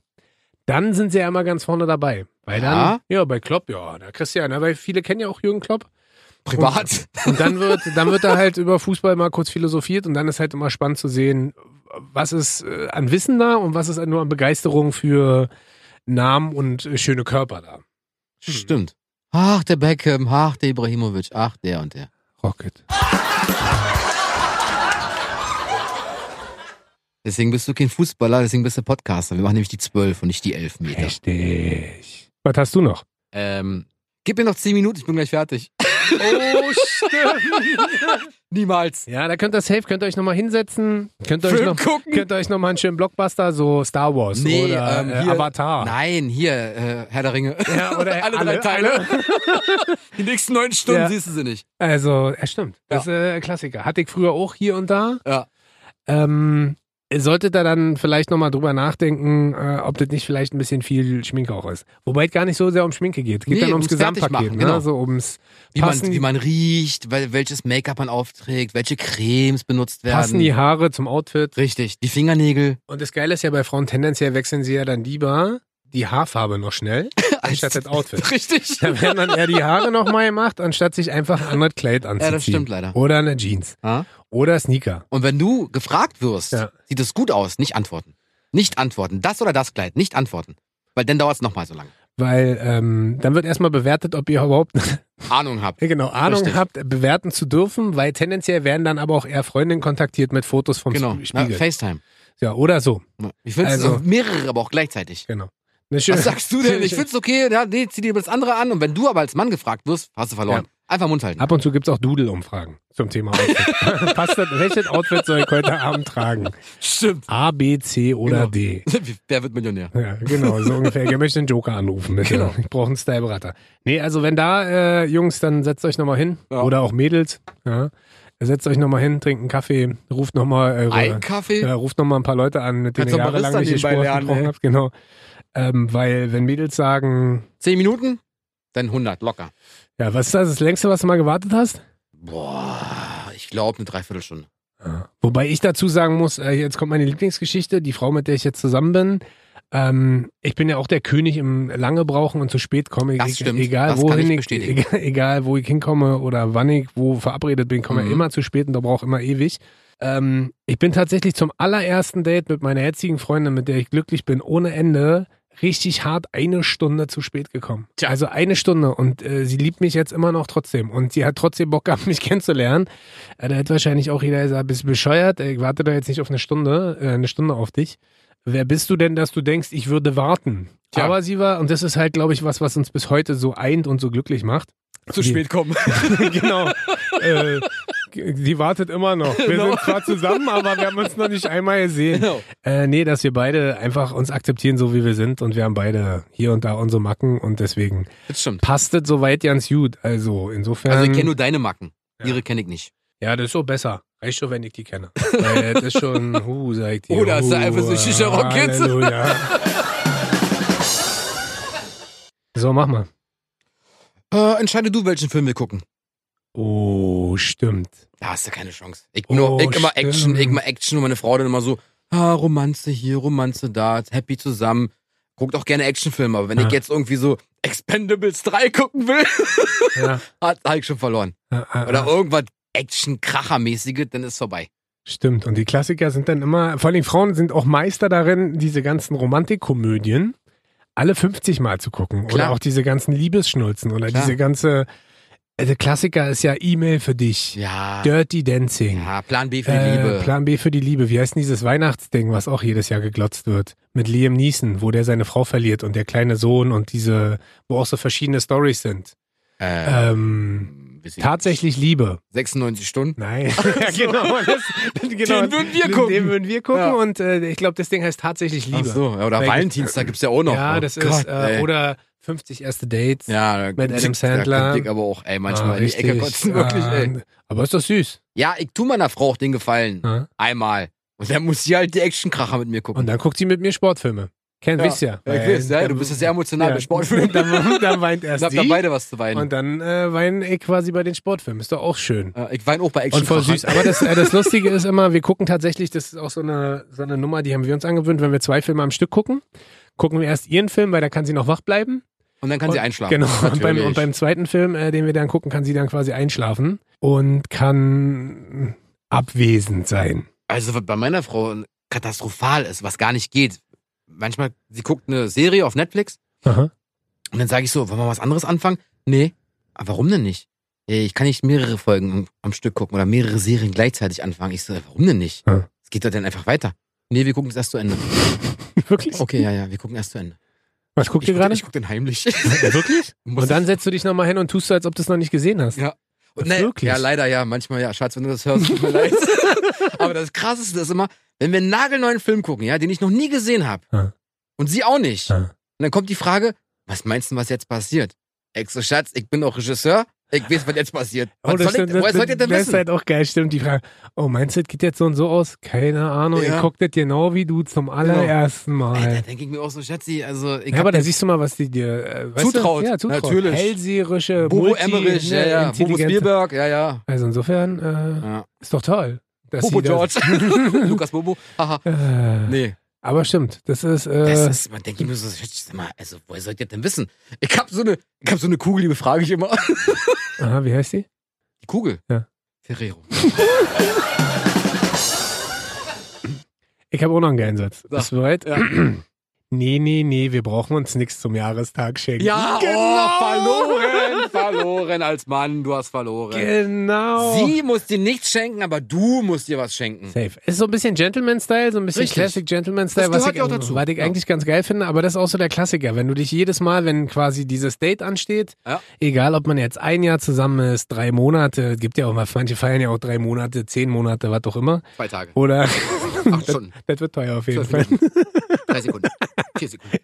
Speaker 2: Dann sind sie ja immer ganz vorne dabei. Weil dann,
Speaker 1: Ja.
Speaker 2: ja, bei Klopp, ja, da kriegst du ja, ne, weil viele kennen ja auch Jürgen Klopp. (laughs)
Speaker 1: Privat.
Speaker 2: Und dann wird, dann wird da halt über Fußball mal kurz philosophiert und dann ist halt immer spannend zu sehen, was ist äh, an Wissen da und was ist nur an Begeisterung für Namen und äh, schöne Körper da.
Speaker 1: Stimmt. Ach, der Beckham, ach, der Ibrahimovic, ach, der und der.
Speaker 2: Rocket.
Speaker 1: Deswegen bist du kein Fußballer, deswegen bist du Podcaster. Wir machen nämlich die 12 und nicht die 11 Meter.
Speaker 2: Richtig. Was hast du noch?
Speaker 1: Ähm, gib mir noch 10 Minuten, ich bin gleich fertig. (laughs)
Speaker 2: Oh, stimmt.
Speaker 1: Niemals.
Speaker 2: Ja, da könnt ihr safe, könnt ihr euch nochmal hinsetzen. Könnt ihr euch
Speaker 1: Film
Speaker 2: noch,
Speaker 1: gucken.
Speaker 2: könnt ihr euch nochmal einen schönen Blockbuster, so Star Wars
Speaker 1: Nee,
Speaker 2: oder
Speaker 1: ähm,
Speaker 2: äh,
Speaker 1: hier-
Speaker 2: Avatar.
Speaker 1: Nein, hier, äh, Herr der Ringe.
Speaker 2: Ja,
Speaker 1: (laughs)
Speaker 2: oder
Speaker 1: alle, drei
Speaker 2: alle-
Speaker 1: Teile.
Speaker 2: alle.
Speaker 1: (laughs) Die nächsten neun Stunden
Speaker 2: Ja.
Speaker 1: siehst du sie nicht.
Speaker 2: Also, ja, stimmt.
Speaker 1: Ja.
Speaker 2: Das ist äh, ein Klassiker. Hatte ich früher auch hier und da.
Speaker 1: Ja.
Speaker 2: Ähm, solltet ihr dann vielleicht nochmal drüber nachdenken, äh, ob das nicht vielleicht ein bisschen viel Schminke auch ist. Wobei es gar nicht so sehr um Schminke geht. Es geht
Speaker 1: Nee,
Speaker 2: dann ums
Speaker 1: ums Fertigmachen,
Speaker 2: Gesamtpaket, ne?
Speaker 1: genau.
Speaker 2: So ums
Speaker 1: Wie man,
Speaker 2: passen,
Speaker 1: wie man riecht, wel- welches Make-up man aufträgt, welche Cremes benutzt werden.
Speaker 2: passen die Haare zum Outfit.
Speaker 1: Richtig, die
Speaker 2: (laughs)
Speaker 1: Fingernägel.
Speaker 2: Und das Geile ist ja bei Frauen tendenziell wechseln sie ja dann lieber die Haarfarbe noch
Speaker 1: (laughs)
Speaker 2: schnell, anstatt das Outfit. (laughs)
Speaker 1: Richtig.
Speaker 2: Da werden dann eher die Haare nochmal gemacht, anstatt sich einfach ein anderes Kleid anzuziehen.
Speaker 1: Ja, das stimmt leider.
Speaker 2: Oder eine Jeans.
Speaker 1: Ja.
Speaker 2: Oder Sneaker.
Speaker 1: Und wenn du gefragt wirst,
Speaker 2: Ja.
Speaker 1: sieht es gut aus, nicht antworten. Nicht antworten. Das oder das Kleid, nicht antworten. Weil dann dauert es nochmal so lange.
Speaker 2: Weil ähm, dann wird erstmal bewertet, ob ihr überhaupt (laughs)
Speaker 1: Ahnung habt.
Speaker 2: Ja, genau, Ahnung
Speaker 1: Richtig.
Speaker 2: habt, bewerten zu dürfen, weil tendenziell werden dann aber auch eher Freundinnen kontaktiert mit Fotos vom
Speaker 1: Genau.
Speaker 2: Sp-
Speaker 1: Na,
Speaker 2: Spiegel.
Speaker 1: FaceTime.
Speaker 2: ja, oder so,
Speaker 1: Ich finde
Speaker 2: Also-
Speaker 1: mehrere, aber auch gleichzeitig.
Speaker 2: genau. Eine schöne,
Speaker 1: Was sagst du denn? Ich
Speaker 2: (laughs)
Speaker 1: finde es okay, ja, nee, zieh dir das andere an. Und wenn du aber als Mann gefragt wirst, hast du verloren. Einfach Mund halten.
Speaker 2: Ab und zu gibt's auch Doodle-Umfragen zum Thema Outfit. (laughs) Passt das, welches Outfit soll ich heute Abend tragen?
Speaker 1: Stimmt.
Speaker 2: A, B, C
Speaker 1: Genau.
Speaker 2: oder D?
Speaker 1: (laughs) Wer wird Millionär?
Speaker 2: Ja, genau, so ungefähr. Ich möchte den Joker anrufen, bitte.
Speaker 1: Genau.
Speaker 2: Ich brauche einen Styleberater. Nee, also wenn da, äh, Jungs, dann setzt euch nochmal hin.
Speaker 1: Ja.
Speaker 2: Oder auch Mädels. Ja. Setzt euch nochmal hin, trinkt einen Kaffee, ruft nochmal eure,
Speaker 1: Ein Kaffee?
Speaker 2: Ja, ruft noch mal ein paar Leute an, mit denen
Speaker 1: Kannst
Speaker 2: ihr
Speaker 1: doch
Speaker 2: jahrelang
Speaker 1: Barista
Speaker 2: nicht
Speaker 1: nebenbei
Speaker 2: gesprochen
Speaker 1: lernen,
Speaker 2: getrunken
Speaker 1: ey.
Speaker 2: habt. Genau. Ähm, weil wenn Mädels sagen,
Speaker 1: Zehn Minuten? Dann 100, locker.
Speaker 2: ja, was ist das, das längste, was du mal gewartet hast?
Speaker 1: Boah, ich glaube eine Dreiviertelstunde.
Speaker 2: Ja. Wobei ich dazu sagen muss, äh, jetzt kommt meine Lieblingsgeschichte, die Frau, mit der ich jetzt zusammen bin. Ähm, ich bin ja auch der König im lange brauchen und zu spät kommen.
Speaker 1: Das
Speaker 2: E-
Speaker 1: stimmt.
Speaker 2: Egal,
Speaker 1: Das kann
Speaker 2: wohin
Speaker 1: ich
Speaker 2: ich,
Speaker 1: bestätigen.
Speaker 2: (laughs) Egal, egal, wo ich hinkomme oder wann ich wo verabredet bin, komme
Speaker 1: Mhm.
Speaker 2: ich immer zu spät und da brauche ich immer ewig. Ähm, ich bin tatsächlich zum allerersten Date mit meiner jetzigen Freundin, mit der ich glücklich bin, ohne Ende richtig hart eine Stunde zu spät gekommen.
Speaker 1: Tja.
Speaker 2: Also eine Stunde und äh, sie liebt mich jetzt immer noch trotzdem und sie hat trotzdem Bock gehabt, (laughs) mich kennenzulernen. Äh, da hätte wahrscheinlich auch jeder gesagt, bist du bescheuert, Äh, ich warte da jetzt nicht auf eine Stunde, äh, eine Stunde auf dich. Wer bist du denn, dass du denkst, ich würde warten?
Speaker 1: Tja.
Speaker 2: Aber sie war, und das ist halt, glaube ich, was, was uns bis heute so eint und so
Speaker 1: (laughs)
Speaker 2: glücklich macht.
Speaker 1: Zu
Speaker 2: Die-
Speaker 1: spät
Speaker 2: (laughs)
Speaker 1: kommen. (laughs)
Speaker 2: genau. äh, die wartet immer noch. Wir
Speaker 1: Genau.
Speaker 2: sind zwar zusammen, aber wir haben uns noch nicht einmal gesehen. Äh, nee, dass wir beide einfach uns akzeptieren, so wie wir sind. Und wir haben beide hier und da unsere Macken. Und deswegen
Speaker 1: Das stimmt.
Speaker 2: passt es soweit ganz gut. Also insofern.
Speaker 1: Also ich kenne nur deine Macken.
Speaker 2: Ja.
Speaker 1: Ihre kenne ich nicht.
Speaker 2: ja, das ist so besser. Reicht schon, wenn ich die kenne. Weil das ist
Speaker 1: (laughs)
Speaker 2: schon, hu, sagt ihr.
Speaker 1: Oh, da ist
Speaker 2: hu,
Speaker 1: er eifersüchtig, der Rockitz.
Speaker 2: Halleluja. So, mach mal.
Speaker 1: Äh, entscheide du, welchen Film wir gucken.
Speaker 2: Oh, stimmt.
Speaker 1: Da hast du keine Chance. Ich,
Speaker 2: Oh,
Speaker 1: nur, ich immer Action,
Speaker 2: stimmt.
Speaker 1: ich immer Action und meine Frau dann immer so, ah, Romanze hier, Romanze da, happy zusammen. Guckt auch gerne Actionfilme, aber wenn
Speaker 2: Ja.
Speaker 1: ich jetzt irgendwie so Expendables 3 gucken will, (laughs)
Speaker 2: Ja.
Speaker 1: hat hab ich schon verloren.
Speaker 2: Ah, ah,
Speaker 1: Oder
Speaker 2: ah.
Speaker 1: irgendwas Action-Krachermäßiges, dann ist vorbei.
Speaker 2: Stimmt, und die Klassiker sind dann immer, vor allem Frauen sind auch Meister darin, diese ganzen Romantikkomödien alle 50 Mal zu gucken.
Speaker 1: Klar.
Speaker 2: Oder auch diese ganzen Liebesschnulzen oder
Speaker 1: Klar.
Speaker 2: diese ganze, also Klassiker ist ja E-Mail für dich,
Speaker 1: Ja.
Speaker 2: Dirty Dancing,
Speaker 1: Ja, Plan B für die
Speaker 2: äh,
Speaker 1: Liebe.
Speaker 2: Plan B für die Liebe. Wie heißt denn dieses Weihnachtsding, was auch jedes Jahr geglotzt wird? Mit Liam Neeson, wo der seine Frau verliert und der kleine Sohn und diese, wo auch so verschiedene Stories sind.
Speaker 1: äh,
Speaker 2: Ähm,
Speaker 1: weiß ich
Speaker 2: tatsächlich Liebe.
Speaker 1: nicht. 96 Stunden.
Speaker 2: Nein, (laughs) ja, genau, das, genau.
Speaker 1: Den würden wir
Speaker 2: Den-
Speaker 1: gucken.
Speaker 2: Den würden wir gucken
Speaker 1: Ja.
Speaker 2: und äh, ich glaube, das Ding heißt tatsächlich Liebe.
Speaker 1: Ach so, ja, oder
Speaker 2: Weil-
Speaker 1: Valentinstag gibt's ja auch noch.
Speaker 2: Ja,
Speaker 1: Oh
Speaker 2: das
Speaker 1: Gott,
Speaker 2: ist äh,
Speaker 1: ey.
Speaker 2: oder 50 erste Dates.
Speaker 1: ja,
Speaker 2: mit Adam Sandler.
Speaker 1: Da dick aber auch, ey, manchmal
Speaker 2: Ah,
Speaker 1: in die
Speaker 2: richtig.
Speaker 1: Ecke kotzen, wirklich,
Speaker 2: Ah,
Speaker 1: ey.
Speaker 2: Aber ist doch süß.
Speaker 1: Ja, ich tu meiner Frau auch den Gefallen.
Speaker 2: Ja.
Speaker 1: Einmal. Und dann muss sie halt die Actionkracher mit mir gucken.
Speaker 2: Und dann guckt sie mit mir Sportfilme. Kennt
Speaker 1: Ja.
Speaker 2: wisst ja.
Speaker 1: Ja, ich
Speaker 2: Weil
Speaker 1: weiß, ja,
Speaker 2: dann-
Speaker 1: du bist ja sehr emotional bei Sportfilmen.
Speaker 2: (laughs) Dann, dann weint
Speaker 1: dann
Speaker 2: erst
Speaker 1: habt ihr
Speaker 2: sie
Speaker 1: beide was zu weinen.
Speaker 2: und dann äh, weinen ich quasi bei den Sportfilmen. Ist doch auch schön.
Speaker 1: Äh, ich weine auch bei
Speaker 2: Und voll
Speaker 1: Actionkrachern.
Speaker 2: süß. Aber das, äh, das Lustige ist immer, wir gucken tatsächlich, das ist auch so eine, so eine Nummer, die haben wir uns angewöhnt, wenn wir zwei Filme am Stück gucken, gucken wir erst ihren Film, weil da kann sie noch wach bleiben.
Speaker 1: Und dann kann sie
Speaker 2: Und-
Speaker 1: einschlafen.
Speaker 2: Genau. Und beim,
Speaker 1: Natürlich.
Speaker 2: und beim zweiten Film, äh, den wir dann gucken, kann sie dann quasi einschlafen und kann abwesend sein.
Speaker 1: also was bei meiner Frau katastrophal ist, was gar nicht geht. Manchmal, sie guckt eine Serie auf Netflix
Speaker 2: Aha.
Speaker 1: und dann sage ich so, wollen wir was anderes anfangen? Nee. Aber warum denn nicht? Ey, Ich kann nicht mehrere Folgen am- am Stück gucken oder mehrere Serien gleichzeitig anfangen. Ich so, warum denn nicht?
Speaker 2: Ja.
Speaker 1: Es geht doch dann einfach weiter. Nee, wir gucken es erst zu Ende.
Speaker 2: (laughs) Wirklich?
Speaker 1: Okay, ja, ja, wir gucken erst zu Ende.
Speaker 2: Was guckt
Speaker 1: Ich
Speaker 2: ihr
Speaker 1: guck, den-
Speaker 2: gerade?
Speaker 1: ich guck den heimlich.
Speaker 2: (laughs) Wirklich?
Speaker 1: (laughs) Muss
Speaker 2: Und dann setzt du dich nochmal hin und tust so, als ob du es noch nicht gesehen hast.
Speaker 1: Ja. Und nee,
Speaker 2: Wirklich?
Speaker 1: Ja, leider ja. Manchmal ja. Schatz, wenn du das hörst, tut mir
Speaker 2: (laughs)
Speaker 1: leid. Aber das Krasseste ist immer, wenn wir einen nagelneuen Film gucken, ja, den ich noch nie gesehen habe
Speaker 2: Ja.
Speaker 1: und sie auch nicht,
Speaker 2: Ja.
Speaker 1: und dann kommt die Frage, was meinst du, was jetzt passiert? Ich so, Schatz, ich bin auch Regisseur, ich weiß, was jetzt passiert. Was
Speaker 2: Oh, das
Speaker 1: soll ich,
Speaker 2: stimmt, das-
Speaker 1: woher sollt ihr denn
Speaker 2: das ist
Speaker 1: wissen?
Speaker 2: halt auch geil, stimmt. Die Frage, oh, meinst du, das geht jetzt so und so aus? Keine Ahnung,
Speaker 1: Ja.
Speaker 2: ihr guckt das genau wie du zum allerersten
Speaker 1: Alter,
Speaker 2: Mal.
Speaker 1: dann ging mir auch so, Schatzi, also ich
Speaker 2: Ja,
Speaker 1: hab
Speaker 2: aber da siehst du mal, was die dir äh, weißt
Speaker 1: Zutraut,
Speaker 2: Du? Ja, zutraut.
Speaker 1: natürlich.
Speaker 2: Hellseherische,
Speaker 1: Bobo
Speaker 2: multi-
Speaker 1: Emmerich, ja,
Speaker 2: ne,
Speaker 1: ja, Bobo
Speaker 2: intelligente-
Speaker 1: Spielberg, ja, ja.
Speaker 2: Also insofern äh,
Speaker 1: ja.
Speaker 2: ist doch toll. Dass
Speaker 1: Bobo
Speaker 2: sie das-
Speaker 1: George,
Speaker 2: (laughs)
Speaker 1: (laughs) Lukas Bobo, haha.
Speaker 2: Äh,
Speaker 1: Nee.
Speaker 2: Aber stimmt, das ist, äh,
Speaker 1: Das ist, man denkt mir so, sag mal, also woher sollt ihr denn wissen? Ich hab so eine, ich hab so eine Kugel, die befrage ich immer. (laughs) Die
Speaker 2: aha, wie heißt die?
Speaker 1: Kugel?
Speaker 2: Ja.
Speaker 1: Ferrero.
Speaker 2: Ich habe auch noch einen geilen Satz. Bist du bereit?
Speaker 1: Ja.
Speaker 2: Nee, nee, nee, wir brauchen uns nichts zum Jahrestag schenken.
Speaker 1: Ja,
Speaker 2: Genau.
Speaker 1: oh, verloren, verloren als Mann, du hast verloren.
Speaker 2: Genau.
Speaker 1: Sie muss dir nichts schenken, aber du musst dir was schenken.
Speaker 2: Safe. Ist so ein bisschen Gentleman-Style, so ein bisschen
Speaker 1: Richtig.
Speaker 2: Classic-Gentleman-Style,
Speaker 1: Das
Speaker 2: was
Speaker 1: gehört
Speaker 2: ich,
Speaker 1: ja auch dazu.
Speaker 2: was ich
Speaker 1: Ja.
Speaker 2: eigentlich ganz geil finde, aber das ist auch so der Klassiker. Wenn du dich jedes Mal, wenn quasi dieses Date ansteht,
Speaker 1: Ja.
Speaker 2: egal ob man jetzt ein Jahr zusammen ist, drei Monate, gibt ja auch mal, manche feiern ja auch drei Monate, zehn Monate, was auch immer.
Speaker 1: Zwei Tage.
Speaker 2: Oder (laughs)
Speaker 1: Acht Stunden.
Speaker 2: das wird teuer auf jeden (laughs)
Speaker 1: Zwölf (laughs)
Speaker 2: Fall.
Speaker 1: Minuten. Drei Sekunden. Vier Sekunden.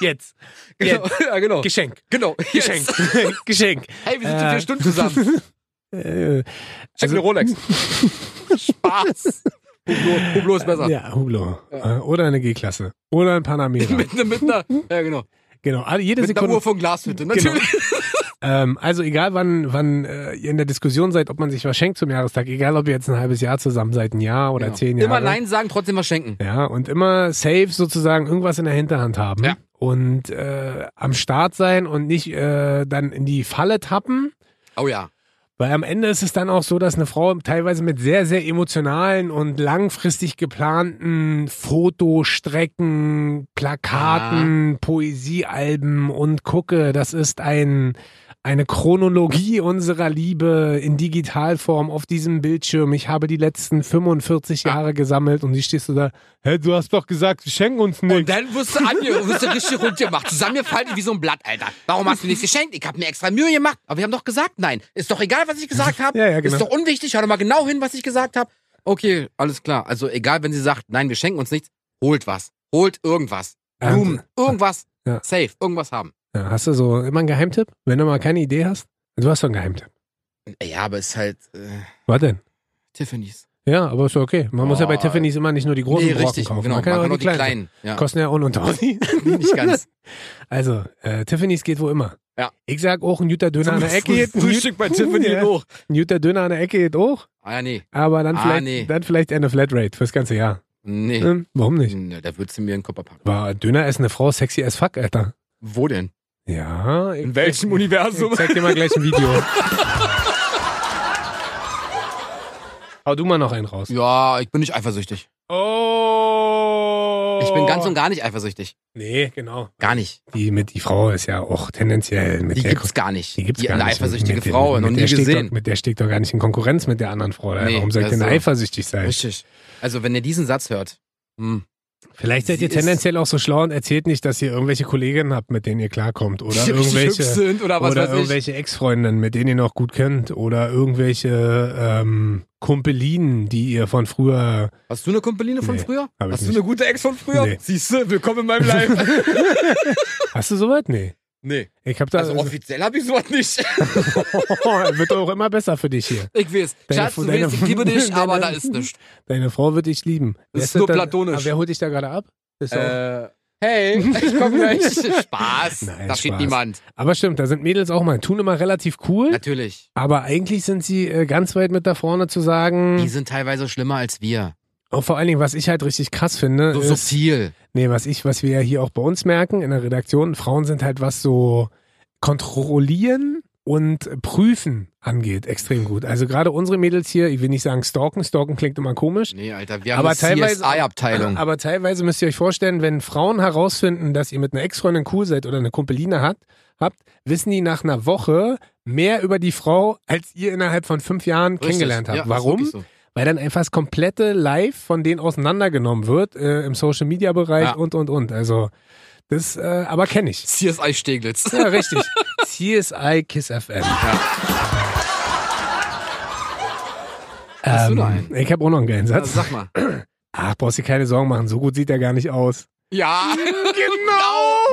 Speaker 2: Jetzt.
Speaker 1: Genau.
Speaker 2: Jetzt.
Speaker 1: Ja, genau.
Speaker 2: Geschenk.
Speaker 1: Genau. Jetzt. (laughs)
Speaker 2: Geschenk. Geschenk. (laughs)
Speaker 1: Hey, wir sind schon
Speaker 2: Äh.
Speaker 1: vier Stunden
Speaker 2: (laughs)
Speaker 1: zusammen.
Speaker 2: Äh,
Speaker 1: Check
Speaker 2: Also-
Speaker 1: eine Rolex. Spaß. Hublot, Hublot ist besser.
Speaker 2: ja, Hublot. Äh, Oder eine G-Klasse. Oder ein
Speaker 1: (laughs)
Speaker 2: Panamera.
Speaker 1: Mit, mit einer, ja genau.
Speaker 2: genau. Alle- Jede
Speaker 1: Mit einer
Speaker 2: Sekunde. Genau.
Speaker 1: Uhr von Glashütte, natürlich.
Speaker 2: Ähm, also egal, wann, wann äh, ihr in der Diskussion seid, ob man sich was schenkt zum Jahrestag, egal ob ihr jetzt ein halbes Jahr zusammen seid, ein Jahr oder
Speaker 1: Genau.
Speaker 2: zehn Jahre.
Speaker 1: Immer Nein sagen, trotzdem was schenken.
Speaker 2: Ja, und immer safe sozusagen irgendwas in der Hinterhand haben.
Speaker 1: Ja.
Speaker 2: Und äh, am Start sein und nicht äh, dann in die Falle tappen.
Speaker 1: Oh ja.
Speaker 2: Weil am Ende ist es dann auch so, dass eine Frau teilweise mit sehr, sehr emotionalen und langfristig geplanten Fotostrecken, Plakaten, Poesiealben und gucke, das ist ein, eine Chronologie unserer Liebe in Digitalform auf diesem Bildschirm. Ich habe die letzten
Speaker 1: Ah.
Speaker 2: 45 Jahre gesammelt und die stehst du da, hä, du hast doch gesagt, wir schenken uns
Speaker 1: Und
Speaker 2: nichts.
Speaker 1: dann wirst du, ange wirst du richtig rund gemacht. Zusammengefaltet wie so ein Blatt, Alter. Warum hast du nichts geschenkt? Ich habe mir extra Mühe gemacht. Aber wir haben doch gesagt, nein. Ist doch egal, was ich
Speaker 2: (laughs)
Speaker 1: gesagt habe.
Speaker 2: Ja, ja, genau.
Speaker 1: Ist doch unwichtig. Schau doch mal genau hin, was ich gesagt habe. Okay, alles klar. Also egal, wenn sie sagt, nein, wir schenken uns nichts, holt was. Holt irgendwas. Blumen, irgendwas.
Speaker 2: also, Ja.
Speaker 1: Safe, irgendwas haben.
Speaker 2: Ja, hast du so immer einen Geheimtipp, wenn du mal keine Idee hast? Du hast doch einen Geheimtipp.
Speaker 1: Ja, aber ist halt äh,
Speaker 2: Was denn?
Speaker 1: Tiffany's.
Speaker 2: Ja, aber ist ja okay. Man muss ja bei
Speaker 1: Oh,
Speaker 2: Tiffany's immer nicht nur die großen
Speaker 1: nee,
Speaker 2: Brocken
Speaker 1: richtig,
Speaker 2: kaufen.
Speaker 1: genau. Man kann, auch die kleinen.
Speaker 2: sein.
Speaker 1: Ja.
Speaker 2: Kosten ja auch
Speaker 1: (laughs)
Speaker 2: nur 1000.
Speaker 1: Nicht
Speaker 2: (laughs)
Speaker 1: ganz.
Speaker 2: Also, äh, Tiffany's geht wo immer.
Speaker 1: Ja.
Speaker 2: Ich sag auch, ein guter Döner an der Ecke geht.
Speaker 1: bei
Speaker 2: Tiffany (laughs) Ja.
Speaker 1: hoch.
Speaker 2: Ein guter Döner an der Ecke geht auch.
Speaker 1: Ah ja, nee.
Speaker 2: Aber dann
Speaker 1: Ah,
Speaker 2: vielleicht,
Speaker 1: nee.
Speaker 2: dann vielleicht eher eine Flatrate fürs ganze Jahr.
Speaker 1: Nee.
Speaker 2: Hm, warum nicht?
Speaker 1: Na, da würdest du mir einen Kopf abhacken.
Speaker 2: War Döner essen eine Frau sexy as fuck, Alter.
Speaker 1: Wo denn?
Speaker 2: Ja. Ich, Ich,
Speaker 1: Universum?
Speaker 2: ich zeig dir mal gleich ein Video. Hau du mal noch einen raus.
Speaker 1: (laughs) Ja, ich bin nicht eifersüchtig.
Speaker 2: Oh!
Speaker 1: Ich bin ganz und gar nicht eifersüchtig.
Speaker 2: Nee, genau.
Speaker 1: Gar nicht.
Speaker 2: Die, mit, die Frau ist ja auch tendenziell mit
Speaker 1: Die
Speaker 2: der
Speaker 1: gibt's gar nicht.
Speaker 2: Die gibt's
Speaker 1: Die-
Speaker 2: gar
Speaker 1: eine
Speaker 2: nicht.
Speaker 1: eifersüchtige
Speaker 2: Mit den-
Speaker 1: Frau,
Speaker 2: mit
Speaker 1: noch
Speaker 2: der
Speaker 1: nie
Speaker 2: steht
Speaker 1: gesehen.
Speaker 2: Doch, mit der steht doch gar nicht in Konkurrenz mit der anderen Frau. Oder?
Speaker 1: Nee,
Speaker 2: Warum soll ich denn
Speaker 1: also-
Speaker 2: eifersüchtig sein?
Speaker 1: Richtig. Also, wenn ihr diesen Satz hört. Hm.
Speaker 2: Vielleicht seid
Speaker 1: Sie
Speaker 2: ihr
Speaker 1: ist-
Speaker 2: tendenziell auch so schlau und erzählt nicht, dass ihr irgendwelche Kolleginnen habt, mit denen ihr
Speaker 1: (laughs)
Speaker 2: klarkommt. Oder
Speaker 1: Die richtig hübsch
Speaker 2: irgendwelche,
Speaker 1: sind oder was
Speaker 2: oder
Speaker 1: weiß ich.
Speaker 2: irgendwelche Ex-Freundinnen, mit denen ihr noch gut kennt. Oder irgendwelche ähm, Kumpelinen, die ihr
Speaker 1: (laughs)
Speaker 2: von früher...
Speaker 1: Hast du eine Kumpeline von
Speaker 2: Nee,
Speaker 1: früher?
Speaker 2: hab ich
Speaker 1: Hast du
Speaker 2: nicht.
Speaker 1: eine gute Ex von früher?
Speaker 2: Nee.
Speaker 1: Siehst du, willkommen in
Speaker 2: (laughs)
Speaker 1: meinem Leben.
Speaker 2: Hast du soweit? Nee.
Speaker 1: nee.
Speaker 2: Ich hab da...
Speaker 1: Also,
Speaker 2: (laughs)
Speaker 1: offiziell habe ich sowas nicht.
Speaker 2: wird auch immer besser für dich hier.
Speaker 1: (laughs) Ich weiß.
Speaker 2: Deine-
Speaker 1: Schatz, du
Speaker 2: deine-
Speaker 1: willst, ich liebe
Speaker 2: (laughs)
Speaker 1: dich,
Speaker 2: deine-
Speaker 1: aber da ist nichts.
Speaker 2: Deine Frau wird dich lieben. Wer
Speaker 1: ist nur
Speaker 2: denn-
Speaker 1: platonisch.
Speaker 2: Aber wer holt dich da gerade ab? Ist auch-
Speaker 1: Äh, hey, ich komme gleich. (laughs) Spaß.
Speaker 2: Nein,
Speaker 1: da steht
Speaker 2: Spaß.
Speaker 1: niemand.
Speaker 2: (laughs) Aber stimmt, da sind Mädels auch mal, tun immer relativ cool,
Speaker 1: Natürlich.
Speaker 2: aber eigentlich sind sie äh, ganz weit mit da vorne zu sagen.
Speaker 1: Die sind teilweise schlimmer als wir.
Speaker 2: Und vor allen Dingen, was ich halt richtig krass finde,
Speaker 1: So
Speaker 2: ist,
Speaker 1: subtil.
Speaker 2: nee, was ich, was wir ja hier auch bei uns merken in der Redaktion, Frauen sind halt was so kontrollieren und prüfen angeht extrem gut. Also gerade unsere Mädels hier, ich will nicht sagen stalken, stalken klingt immer komisch,
Speaker 1: Nee, Alter, wir haben
Speaker 2: Aber
Speaker 1: eine
Speaker 2: teilweise-
Speaker 1: CSI-Abteilung.
Speaker 2: Aber teilweise müsst ihr euch vorstellen, wenn Frauen herausfinden, dass ihr mit einer Ex-Freundin cool seid oder eine Kumpeline hat, habt, wissen die nach einer Woche mehr über die Frau, als ihr innerhalb von fünf Jahren kennengelernt habt.
Speaker 1: Ja, ist
Speaker 2: Warum?
Speaker 1: wirklich So.
Speaker 2: weil dann einfach das komplette Live von denen auseinandergenommen wird äh, im Social Media Bereich
Speaker 1: Ja.
Speaker 2: und und und. Also das, äh, aber kenne ich.
Speaker 1: CSI Steglitz. (laughs)
Speaker 2: Ja, richtig. CSI Kiss FM.
Speaker 1: Hast du
Speaker 2: Ähm,
Speaker 1: noch einen?
Speaker 2: ich habe auch noch einen geilen
Speaker 1: Also,
Speaker 2: Satz.
Speaker 1: sag mal.
Speaker 2: Ach, brauchst dir keine Sorgen machen, so gut sieht er gar nicht aus.
Speaker 1: Ja.
Speaker 2: (laughs)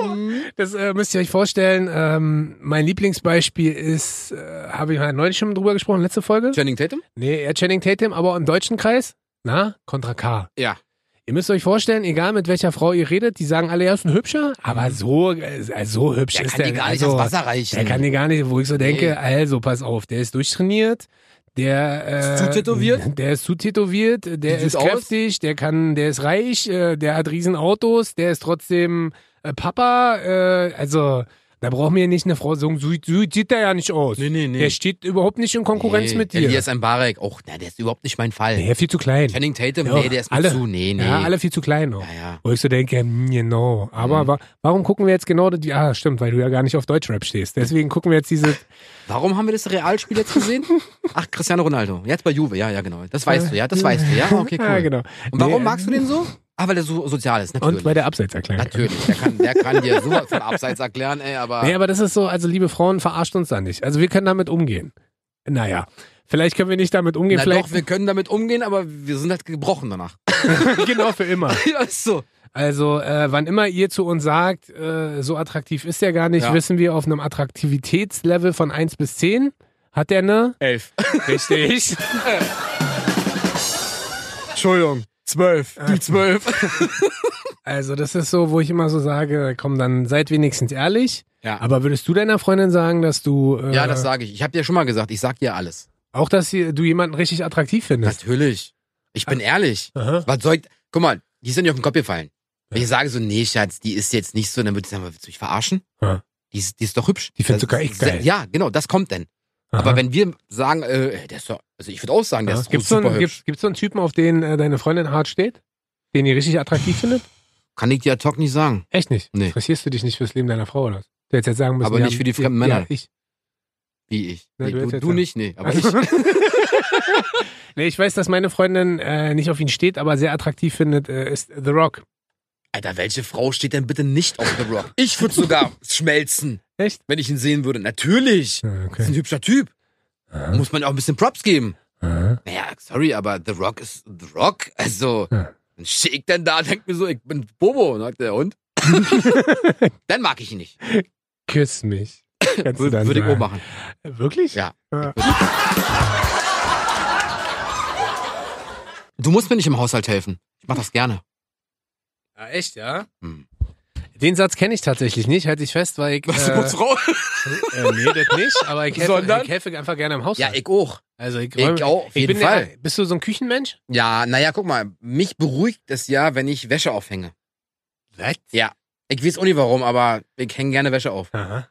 Speaker 1: Mhm.
Speaker 2: Genau! Das äh, müsst ihr euch vorstellen. Ähm, mein Lieblingsbeispiel ist, äh, habe ich mal neulich schon drüber gesprochen, letzte Folge?
Speaker 1: Channing Tatum?
Speaker 2: Nee, eher Channing Tatum, aber im deutschen Kreis? Na, Contra K.
Speaker 1: Ja.
Speaker 2: Ihr müsst euch vorstellen, egal mit welcher Frau ihr redet, die sagen alle, ja, ist ein hübscher, aber so, äh, so hübsch
Speaker 1: Der
Speaker 2: ist
Speaker 1: kann
Speaker 2: der.
Speaker 1: dir gar nicht
Speaker 2: also,
Speaker 1: das Wasser reichen.
Speaker 2: der kann dir gar nicht, wo ich so denke,
Speaker 1: Nee.
Speaker 2: also pass auf, der ist durchtrainiert, der äh,
Speaker 1: Ist zu tätowiert?
Speaker 2: der ist zu tätowiert, der
Speaker 1: sieht
Speaker 2: ist
Speaker 1: aus?
Speaker 2: kräftig, der kann, der ist reich, äh, der hat riesen Autos, der ist trotzdem äh, Papa, äh, also da braucht mir nicht eine Frau sagen, so, so sieht der ja nicht aus.
Speaker 1: Nee, nee, nee.
Speaker 2: Der steht überhaupt nicht in Konkurrenz
Speaker 1: nee.
Speaker 2: mit dir.
Speaker 1: Elias Mbarek. Och, na, der ist überhaupt nicht mein Fall.
Speaker 2: Nee, viel zu klein.
Speaker 1: Channing Tatum,
Speaker 2: Ja,
Speaker 1: nee, der ist mir
Speaker 2: alle.
Speaker 1: zu. Nee, nee.
Speaker 2: Ja, alle viel zu klein noch.
Speaker 1: Ja, Mhm. ja.
Speaker 2: Wo ich so denke, hm, genau. Aber wa warum gucken wir jetzt genau das? Ja, stimmt, weil du ja gar nicht auf Deutschrap stehst. Deswegen gucken wir jetzt diese
Speaker 1: Warum haben wir das Realspiel jetzt
Speaker 2: (laughs)
Speaker 1: gesehen? Ach, Cristiano Ronaldo. Jetzt bei Juve. Ja, ja, genau. Das weißt du, ja. Das weißt du, ja. Okay, cool.
Speaker 2: Ja, genau.
Speaker 1: Und warum
Speaker 2: Nee,
Speaker 1: magst du den so? Ah, weil er so sozial ist, natürlich.
Speaker 2: Und bei der Abseitserklärung.
Speaker 1: natürlich. Der kann, der kann dir sowas von Abseits erklären, ey, aber.
Speaker 2: Nee, aber das ist so, also liebe Frauen, verarscht uns da nicht. Also wir können damit umgehen. Naja, vielleicht können wir nicht damit umgehen,
Speaker 1: Na
Speaker 2: vielleicht
Speaker 1: doch, wir können damit umgehen, aber wir sind halt gebrochen danach. (laughs)
Speaker 2: (laughs) genau für immer.
Speaker 1: ja, ist so.
Speaker 2: Also äh, wann immer ihr zu uns sagt, äh, so attraktiv ist der gar nicht,
Speaker 1: Ja.
Speaker 2: wissen wir auf einem Attraktivitätslevel von 1 bis 10 hat der eine
Speaker 1: Elf.
Speaker 2: (laughs) Richtig. Entschuldigung. Zwölf.
Speaker 1: Du
Speaker 2: (laughs)
Speaker 1: zwölf.
Speaker 2: Äh, Also das ist so, wo ich immer so sage, komm, dann seid wenigstens ehrlich.
Speaker 1: Ja.
Speaker 2: Aber würdest du deiner Freundin sagen, dass du äh,
Speaker 1: Ja, das sage ich. Ich habe dir schon mal gesagt, ich sag dir alles.
Speaker 2: auch, dass sie- du jemanden richtig attraktiv findest?
Speaker 1: Natürlich. Ich bin ehrlich.
Speaker 2: Aha.
Speaker 1: Was soll ich, guck mal, die ist ja nicht auf den Kopf gefallen. Wenn ich sage so, nee, Schatz, die ist jetzt nicht so, dann würde ich sagen, willst du mich verarschen?
Speaker 2: Ja.
Speaker 1: Die ist, die ist doch hübsch.
Speaker 2: Die findest
Speaker 1: Das-
Speaker 2: du gar echt geil.
Speaker 1: Ja, genau, das kommt denn. Aber wenn wir sagen, äh, der ist doch, also ich würde auch sagen, der ist
Speaker 2: Gibt es so,
Speaker 1: super
Speaker 2: einen-
Speaker 1: hübsch.
Speaker 2: gibt's- gibt's so einen Typen, auf den äh, deine Freundin hart steht? Den ihr richtig attraktiv findet?
Speaker 1: Kann ich dir ad hoc nicht sagen.
Speaker 2: Echt nicht.
Speaker 1: Nee.
Speaker 2: Interessierst du dich nicht fürs Leben deiner Frau oder was? Du hättest jetzt sagen müssen,
Speaker 1: Aber
Speaker 2: ja,
Speaker 1: nicht für die fremden
Speaker 2: ja,
Speaker 1: Männer.
Speaker 2: ich.
Speaker 1: Wie ich.
Speaker 2: Na,
Speaker 1: Nee,
Speaker 2: du Also- hättest
Speaker 1: du
Speaker 2: jetzt
Speaker 1: du
Speaker 2: sagen-
Speaker 1: nicht, nee. Aber ich.
Speaker 2: (laughs) nee, ich weiß, dass meine Freundin äh, nicht auf ihn steht, aber sehr attraktiv findet, äh, ist The Rock.
Speaker 1: Alter, welche Frau steht denn bitte nicht auf The Rock? Ich würde
Speaker 2: (laughs)
Speaker 1: sogar schmelzen,
Speaker 2: Echt?
Speaker 1: wenn ich ihn sehen würde. Natürlich.
Speaker 2: Ja,
Speaker 1: Das ist
Speaker 2: Ah, Okay. Ah,
Speaker 1: ein hübscher Typ.
Speaker 2: Aha.
Speaker 1: Muss man ja auch ein bisschen Props geben.
Speaker 2: Aha.
Speaker 1: Naja, sorry, aber The Rock ist The Rock. Also,
Speaker 2: Ja.
Speaker 1: dann stehe ich dann da und denke mir so, ich bin Bobo. Und sagt der,
Speaker 2: (laughs)
Speaker 1: und? dann mag ich ihn nicht. (laughs)
Speaker 2: Küss mich. Kannst du dann
Speaker 1: Würde ich auch
Speaker 2: sagen.
Speaker 1: machen.
Speaker 2: Wirklich?
Speaker 1: Ja.
Speaker 2: Ja.
Speaker 1: Du musst mir nicht im Haushalt helfen. Ich mach das gerne.
Speaker 2: Ja, Ah, echt, ja?
Speaker 1: Hm.
Speaker 2: Den Satz kenne ich tatsächlich nicht, halte ich fest, weil ich. äh,
Speaker 1: raus?
Speaker 2: äh, nee, das nicht, aber ich helfe,
Speaker 1: Sondern?
Speaker 2: ich helfe einfach gerne im Haushalt.
Speaker 1: Ja, ich auch.
Speaker 2: also ich,
Speaker 1: Ich
Speaker 2: räume-
Speaker 1: auch, auf
Speaker 2: ich
Speaker 1: jeden
Speaker 2: bin
Speaker 1: Fall.
Speaker 2: Ja, bist du so ein Küchenmensch?
Speaker 1: Ja, naja, guck mal, mich beruhigt es ja, wenn ich Wäsche aufhänge.
Speaker 2: Was?
Speaker 1: Ja. Ich weiß auch nicht warum, aber ich hänge gerne Wäsche auf.
Speaker 2: Aha.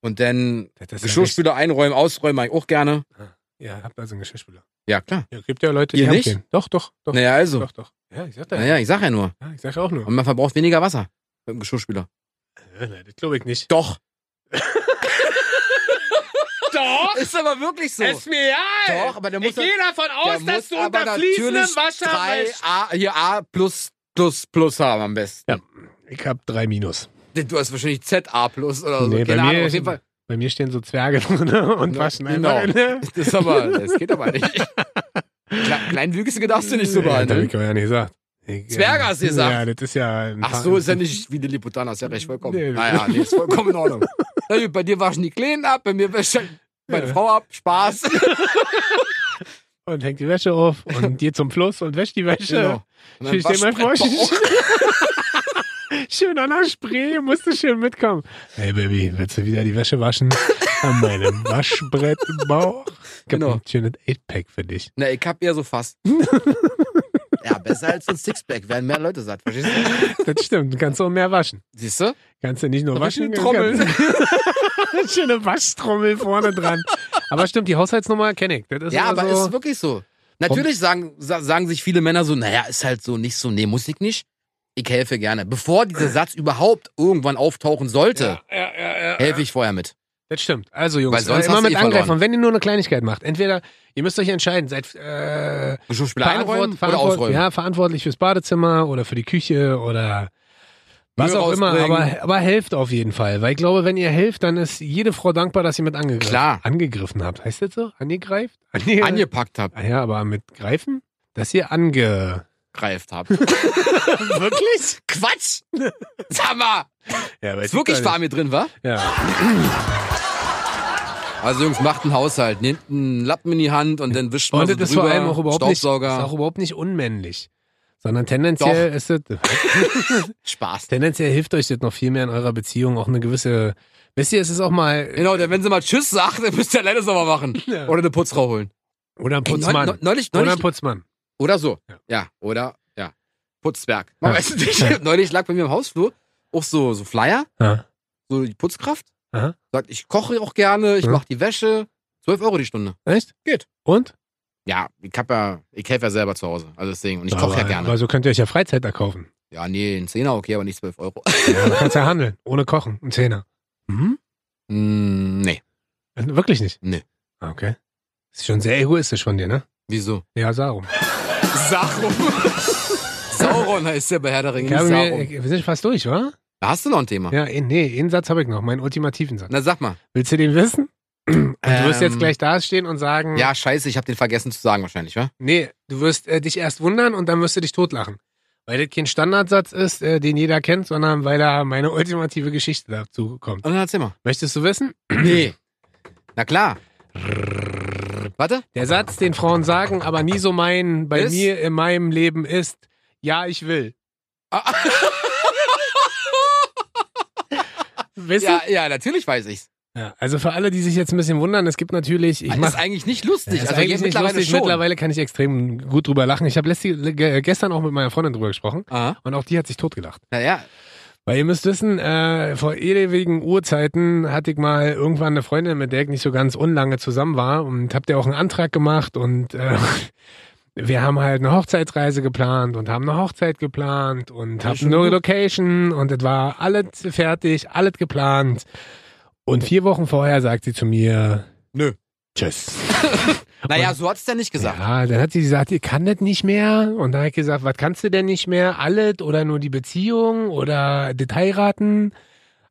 Speaker 1: Und dann
Speaker 2: Das ist
Speaker 1: Geschirrspüler einräumen, ausräumen, mach ich auch gerne.
Speaker 2: Ja, ja habt also einen Geschirrspüler.
Speaker 1: Ja, klar.
Speaker 2: Ja, gibt ja Leute, die
Speaker 1: Ihr
Speaker 2: haben
Speaker 1: nicht?
Speaker 2: den. Doch, doch, doch.
Speaker 1: Naja, also.
Speaker 2: Doch, doch. Ja, ich sag da.
Speaker 1: Naja, ich sag ja nur.
Speaker 2: Ja, ich sag auch nur.
Speaker 1: Und man verbraucht weniger Wasser mit dem Geschirrspüler.
Speaker 2: Ja, nein, das glaube ich nicht.
Speaker 1: Doch.
Speaker 2: Doch!
Speaker 1: (laughs) Ist aber wirklich so.
Speaker 2: Ist mir ja!
Speaker 1: Doch, aber der muss-
Speaker 2: Ich gehe davon
Speaker 1: Der
Speaker 2: aus, dass
Speaker 1: muss
Speaker 2: du
Speaker 1: aber
Speaker 2: unter fließendem
Speaker 1: natürlich
Speaker 2: Wasser
Speaker 1: drei
Speaker 2: wäschst.
Speaker 1: A, hier A plus, plus, plus haben am besten.
Speaker 2: Ja. Ich hab drei Minus.
Speaker 1: Du hast wahrscheinlich ZA plus oder so.
Speaker 2: Nee, bei
Speaker 1: Keine Ahnung,
Speaker 2: mir-
Speaker 1: auf jeden Fall.
Speaker 2: Bei mir stehen so Zwerge (laughs) drin und
Speaker 1: Na,
Speaker 2: waschen
Speaker 1: genau.
Speaker 2: einfach. Ne?
Speaker 1: Das ist
Speaker 2: (laughs)
Speaker 1: aber, das geht aber nicht. Kle- Kleinwüchsige darfst du nicht so
Speaker 2: ja, das hab
Speaker 1: behandeln.
Speaker 2: ich aber ja nicht gesagt. Ich,
Speaker 1: ne?
Speaker 2: äh,
Speaker 1: Zwerge hast du gesagt.
Speaker 2: Ja, das ist ja ein
Speaker 1: Ach
Speaker 2: paar-
Speaker 1: so, ist ja nicht wie die Liputaner, ist ja recht vollkommen.
Speaker 2: Nee.
Speaker 1: Naja, nee, ist vollkommen in
Speaker 2: (laughs)
Speaker 1: Ordnung. Na gut, bei dir waschen die Kleinen ab, bei mir wäscht meine
Speaker 2: Ja.
Speaker 1: Frau ab,
Speaker 2: (laughs)
Speaker 1: Spaß.
Speaker 2: Und hängt die
Speaker 1: (laughs)
Speaker 2: Wäsche auf und geht zum Fluss und wäscht die Wäsche.
Speaker 1: Genau. Und dann
Speaker 2: Genau. Ich stell mir vor,
Speaker 1: Waschbrett-
Speaker 2: (laughs) Schön an der Spree, musst du schön mitkommen. Hey Baby, willst du wieder die Wäsche waschen?
Speaker 1: (laughs)
Speaker 2: an meinem Waschbrett im Bauch. Ich hab
Speaker 1: Genau.
Speaker 2: ein schönes 8-Pack für dich.
Speaker 1: Na, ich hab eher so
Speaker 2: (laughs)
Speaker 1: fast. ja, besser als so ein Sixpack, werden mehr Leute satt, verstehst du?
Speaker 2: Das stimmt, kannst du auch mehr waschen.
Speaker 1: Siehst du?
Speaker 2: Kannst du nicht nur
Speaker 1: Hab ich
Speaker 2: waschen.
Speaker 1: eine Trommel.
Speaker 2: kannst- (laughs) Schöne Waschtrommel vorne dran. Aber stimmt, die Haushaltsnummer kenne ich. Das ist also
Speaker 1: Ja,
Speaker 2: immer
Speaker 1: aber
Speaker 2: so,
Speaker 1: ist wirklich so. Natürlich sagen, sa- sagen sich viele Männer so, naja, ist halt so nicht so, nee, muss ich nicht. Ich helfe
Speaker 2: (clears throat)
Speaker 1: gerne. Bevor dieser Satz überhaupt irgendwann auftauchen sollte,
Speaker 2: Ja, ja, ja, ja.
Speaker 1: helfe ich vorher mit.
Speaker 2: Das stimmt. Also Jungs,
Speaker 1: Weil sonst
Speaker 2: äh, immer
Speaker 1: hast du
Speaker 2: mit
Speaker 1: eh
Speaker 2: angreifen.
Speaker 1: verloren.
Speaker 2: Und wenn ihr nur eine Kleinigkeit macht, entweder ihr müsst euch entscheiden, seid äh,
Speaker 1: Geschirrspüler
Speaker 2: verantwort-
Speaker 1: einräumen oder
Speaker 2: verantwort-
Speaker 1: ausräumen?
Speaker 2: Ja, verantwortlich fürs Badezimmer oder für die Küche oder was
Speaker 1: Müll
Speaker 2: auch immer.
Speaker 1: rausbringen.
Speaker 2: Aber, aber helft auf jeden Fall, weil ich glaube, wenn ihr helft, dann ist jede Frau dankbar, dass ihr mit angegriffen,
Speaker 1: Klar.
Speaker 2: angegriffen habt. Heißt das so? Angegreift? Ange
Speaker 1: Angepackt habt,
Speaker 2: Ah ja, aber mit greifen? Dass ihr ange...
Speaker 1: greift (laughs) habt.
Speaker 2: (laughs) Wirklich? (laughs)
Speaker 1: Quatsch! Sag mal!
Speaker 2: Ja, weiß
Speaker 1: Ist wirklich
Speaker 2: ich
Speaker 1: war
Speaker 2: gar nicht.
Speaker 1: mir drin, war?
Speaker 2: Ja.
Speaker 1: Also Jungs, macht einen Haushalt. Nehmt einen Lappen in die Hand und dann wischt man
Speaker 2: Und
Speaker 1: so
Speaker 2: das ist
Speaker 1: drüber.
Speaker 2: vor allem auch überhaupt nicht, ist
Speaker 1: Staubsauger.
Speaker 2: auch überhaupt nicht unmännlich. Sondern tendenziell ist es...
Speaker 1: Spaß.
Speaker 2: Tendenziell hilft euch das noch viel mehr in eurer Beziehung, auch eine gewisse. Wisst ihr, es ist auch mal.
Speaker 1: Genau, denn wenn sie mal Tschüss sagt, dann müsst ihr alleine es nochmal machen.
Speaker 2: (laughs) Ja.
Speaker 1: Oder eine Putzfrau holen.
Speaker 2: Oder ein
Speaker 1: Ey,
Speaker 2: Putzmann.
Speaker 1: neu- Neulich,
Speaker 2: Oder
Speaker 1: neulich,
Speaker 2: ein Putzmann.
Speaker 1: Oder so.
Speaker 2: Ja.
Speaker 1: Ja, oder ja. Putzberg. Man
Speaker 2: Ja.
Speaker 1: weiß es nicht. Neulich lag bei mir im Hausflur auch so, so Flyer,
Speaker 2: Ja.
Speaker 1: so die Putzkraft.
Speaker 2: Aha.
Speaker 1: Sagt, ich koche auch gerne, ich
Speaker 2: Mhm.
Speaker 1: mache die Wäsche. 12 Euro die Stunde.
Speaker 2: Echt?
Speaker 1: Geht.
Speaker 2: Und?
Speaker 1: Ja, ich hab ja, ich helfe ja selber zu Hause. Also deswegen. Und ich koche ja
Speaker 2: Aber-
Speaker 1: gerne.
Speaker 2: Aber so Also könnt ihr euch ja
Speaker 1: (laughs)
Speaker 2: Freizeit erkaufen.
Speaker 1: Ja, nee, ein Zehner, okay, aber nicht 12 Euro. (laughs)
Speaker 2: Ja, du kannst ja handeln. Ohne Kochen. Ein Zehner. Mhm.
Speaker 1: Mm, nee.
Speaker 2: Wirklich nicht?
Speaker 1: Nee.
Speaker 2: Ah, Okay. Ist schon sehr egoistisch von dir, ne?
Speaker 1: Wieso?
Speaker 2: Ja, Sarum.
Speaker 1: Sarum. Sauron heißt der bei Herr der Ringe,
Speaker 2: Ich habe
Speaker 1: nicht
Speaker 2: mir,
Speaker 1: Sarum.
Speaker 2: ich, wir sind fast durch, wa?
Speaker 1: Da hast du noch ein Thema.
Speaker 2: Ja, eh, nee, einen Satz habe ich noch. Meinen ultimativen Satz.
Speaker 1: Na, sag mal.
Speaker 2: Willst du den wissen? (clears throat) Und du wirst jetzt
Speaker 1: Ähm.
Speaker 2: gleich dastehen und sagen.
Speaker 1: Ja, scheiße, ich habe den vergessen zu sagen wahrscheinlich, wa?
Speaker 2: Nee, du wirst äh, dich erst wundern und dann wirst du dich totlachen. Weil das kein Standardsatz ist, äh, den jeder kennt, sondern weil da meine ultimative Geschichte dazu kommt.
Speaker 1: Und dann erzähl mal.
Speaker 2: Möchtest du wissen?
Speaker 1: Nee. Na klar. Warte.
Speaker 2: Der Satz, den Frauen sagen, aber nie so meinen, bei
Speaker 1: Ist?
Speaker 2: mir in meinem Leben ist, ja,
Speaker 1: (laughs)
Speaker 2: ich will.
Speaker 1: Ah.
Speaker 2: Wissen?
Speaker 1: ja, ja, natürlich weiß ich's.
Speaker 2: Ja, also für alle, die sich jetzt ein bisschen wundern, es gibt natürlich, ich
Speaker 1: Das
Speaker 2: mach,
Speaker 1: Ah, ist eigentlich nicht lustig.
Speaker 2: Das ist
Speaker 1: also
Speaker 2: eigentlich
Speaker 1: jetzt
Speaker 2: nicht
Speaker 1: mittlerweile
Speaker 2: lustig.
Speaker 1: schon.
Speaker 2: Mittlerweile kann ich extrem gut drüber lachen. Ich habe gestern auch mit meiner Freundin drüber gesprochen
Speaker 1: Aha.
Speaker 2: und auch die hat sich totgelacht.
Speaker 1: Naja,
Speaker 2: Weil ihr müsst wissen, äh, vor ewigen Urzeiten hatte ich mal irgendwann eine Freundin, mit der ich nicht so ganz unlange zusammen war und hab der auch einen Antrag gemacht und äh, (laughs) wir haben halt eine Hochzeitsreise geplant und haben eine Hochzeit geplant und
Speaker 1: Ja,
Speaker 2: haben
Speaker 1: schon
Speaker 2: eine
Speaker 1: gut.
Speaker 2: Location und es war alles fertig, alles geplant. Und vier Wochen vorher sagt sie zu mir,
Speaker 1: Nö.
Speaker 2: Tschüss.
Speaker 1: naja, so hat's ja nicht gesagt.
Speaker 2: Ja, dann hat sie gesagt, ihr kann das nicht mehr. Und dann hat ich gesagt, was kannst du denn nicht mehr? Alles oder nur die Beziehung oder das Heiraten?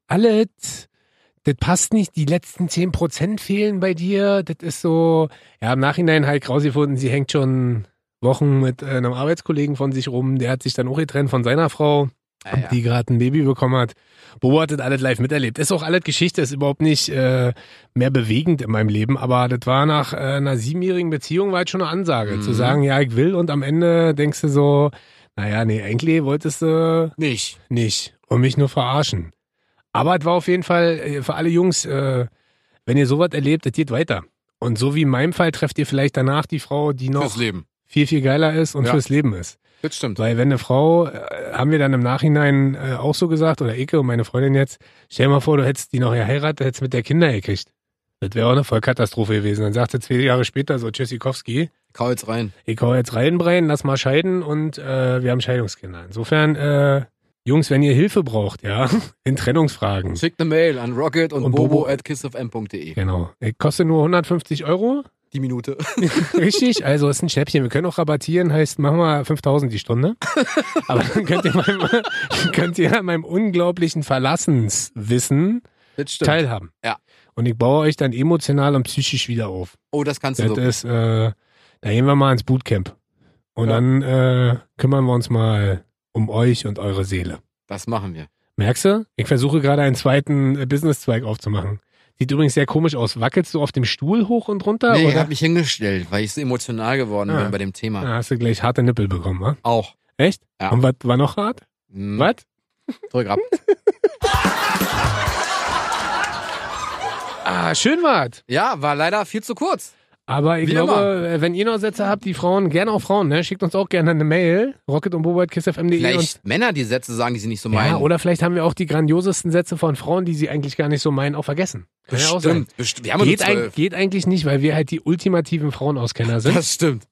Speaker 2: Alles. Das passt nicht. Die letzten 10% fehlen bei dir. Das ist so. Ja, im Nachhinein halt rausgefunden, sie hängt schon Wochen mit äh, einem Arbeitskollegen von sich rum. Der hat sich dann auch getrennt von seiner Frau,
Speaker 1: Ja, ja.
Speaker 2: die gerade ein Baby bekommen hat. Beobachtet, alles live miterlebt. Ist auch alles Geschichte, ist überhaupt nicht. Äh, mehr bewegend in meinem Leben, aber das war nach äh, einer siebenjährigen Beziehung war halt schon eine Ansage,
Speaker 1: Mhm.
Speaker 2: zu sagen, ja, ich will und am Ende denkst du so, naja, nee, eigentlich wolltest du
Speaker 1: Nicht.
Speaker 2: nicht und mich nur verarschen. Aber es war auf jeden Fall äh, für alle Jungs, äh, wenn ihr sowas erlebt, das geht weiter. Und so wie in meinem Fall trefft ihr vielleicht danach die Frau, die
Speaker 1: Fürs
Speaker 2: noch
Speaker 1: Leben.
Speaker 2: viel, viel geiler ist und
Speaker 1: Ja.
Speaker 2: fürs Leben ist.
Speaker 1: Das stimmt.
Speaker 2: Weil wenn eine Frau, äh, haben wir dann im Nachhinein äh, auch so gesagt, oder Ike und meine Freundin jetzt, stell dir mal vor, du hättest die noch geheiratet, hättest mit der Kinder gekriegt. Das wäre auch eine Vollkatastrophe gewesen. Dann sagte zwei Jahre später so Tschüssikowski,
Speaker 1: Kau jetzt rein.
Speaker 2: ich hau jetzt rein, Brian, lass mal scheiden und äh, wir haben Scheidungskinder. Insofern, äh, Jungs, wenn ihr Hilfe braucht, ja, (laughs) in Trennungsfragen.
Speaker 1: Schickt eine ne Mail an rocket und,
Speaker 2: Und
Speaker 1: bobo
Speaker 2: Bobo.
Speaker 1: at kissofm.de.
Speaker 2: Genau. Äh, Kostet nur 150 Euro.
Speaker 1: Die Minute. (laughs)
Speaker 2: Richtig, also ist ein Schnäppchen. Wir können auch rabattieren, heißt, machen wir 5000 die Stunde. Aber dann könnt ihr, meinem, (laughs) könnt ihr an meinem unglaublichen Verlassenswissen
Speaker 1: Das stimmt.
Speaker 2: teilhaben.
Speaker 1: Ja.
Speaker 2: Und ich baue euch dann emotional und psychisch wieder auf.
Speaker 1: Oh, das kannst du
Speaker 2: Das
Speaker 1: so.
Speaker 2: ist, äh, da gehen wir mal ins Bootcamp. Und
Speaker 1: Ja.
Speaker 2: dann äh, kümmern wir uns mal um euch und eure Seele.
Speaker 1: Das machen wir.
Speaker 2: Merkst du? Ich versuche gerade einen zweiten äh, Businesszweig aufzumachen. Sieht übrigens sehr komisch aus. Wackelst du auf dem Stuhl hoch und runter?
Speaker 1: Nee, ich
Speaker 2: oder?
Speaker 1: hab mich hingestellt, weil ich so emotional geworden
Speaker 2: Ah.
Speaker 1: bin bei dem Thema.
Speaker 2: Ah, hast du gleich harte Nippel bekommen, wa?
Speaker 1: Auch.
Speaker 2: Echt?
Speaker 1: Ja.
Speaker 2: Und was war noch hart?
Speaker 1: Hm,
Speaker 2: Was?
Speaker 1: Drück ab.
Speaker 2: Ah, schön war's.
Speaker 1: Ja, war leider viel zu kurz.
Speaker 2: Aber ich
Speaker 1: Wie
Speaker 2: glaube, äh, wenn ihr noch Sätze habt, die Frauen, gerne auch Frauen, ne? Schickt uns auch gerne eine Mail. Rocket und kissfm.de und
Speaker 1: Vielleicht Männer, die Sätze sagen, die sie nicht so meinen.
Speaker 2: e ja, oder vielleicht haben wir auch die grandiosesten Sätze von Frauen, die sie eigentlich gar nicht so meinen, auch vergessen. Kann ja auch sein.
Speaker 1: Bestimmt. Bestimmt. Wir haben ja nur
Speaker 2: Geht, eig-
Speaker 1: zwölf.
Speaker 2: geht eigentlich nicht, weil wir halt die ultimativen Frauenauskenner sind.
Speaker 1: Das stimmt.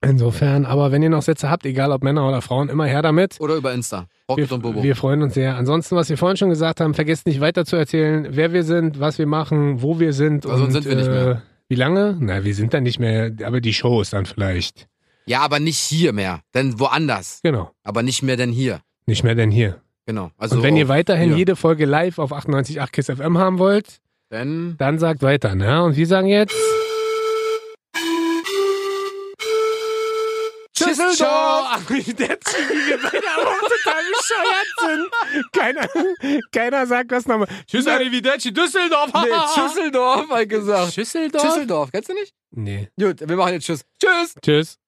Speaker 2: Insofern, aber wenn ihr noch Sätze habt, egal ob Männer oder Frauen, immer her damit.
Speaker 1: Oder über Insta. Rocket und Bobo.
Speaker 2: Wir, wir freuen uns sehr. Ansonsten, was wir vorhin schon gesagt haben, vergesst nicht weiter zu erzählen, wer wir sind, was wir machen, wo wir sind.
Speaker 1: Also,
Speaker 2: und,
Speaker 1: sonst sind wir nicht mehr.
Speaker 2: Äh, wie lange? Na, wir sind dann nicht mehr, aber die Show ist dann vielleicht.
Speaker 1: ja, aber nicht hier mehr. Denn woanders.
Speaker 2: Genau.
Speaker 1: Aber nicht mehr denn hier.
Speaker 2: Nicht mehr denn hier.
Speaker 1: Genau. Also
Speaker 2: und wenn ihr
Speaker 1: auf-
Speaker 2: weiterhin
Speaker 1: hier.
Speaker 2: jede Folge live auf 98.8 KISS FM haben wollt,
Speaker 1: Dann
Speaker 2: dann sagt weiter. Na? Und wir sagen jetzt...
Speaker 1: Tschüsseldorf!
Speaker 2: Ach, wie der Zwiebel, weil wir aber auch (laughs) total bescheuert sind. Keiner, keiner sagt was nochmal. Tschüss, Arrivederci, Düsseldorf.
Speaker 1: Nee, Tschüsseldorf, hat gesagt.
Speaker 2: Schüsseldorf?
Speaker 1: Tschüsseldorf, kennst du nicht?
Speaker 2: Nee.
Speaker 1: Gut, wir machen jetzt Tschüss. Tschüss!
Speaker 2: Tschüss.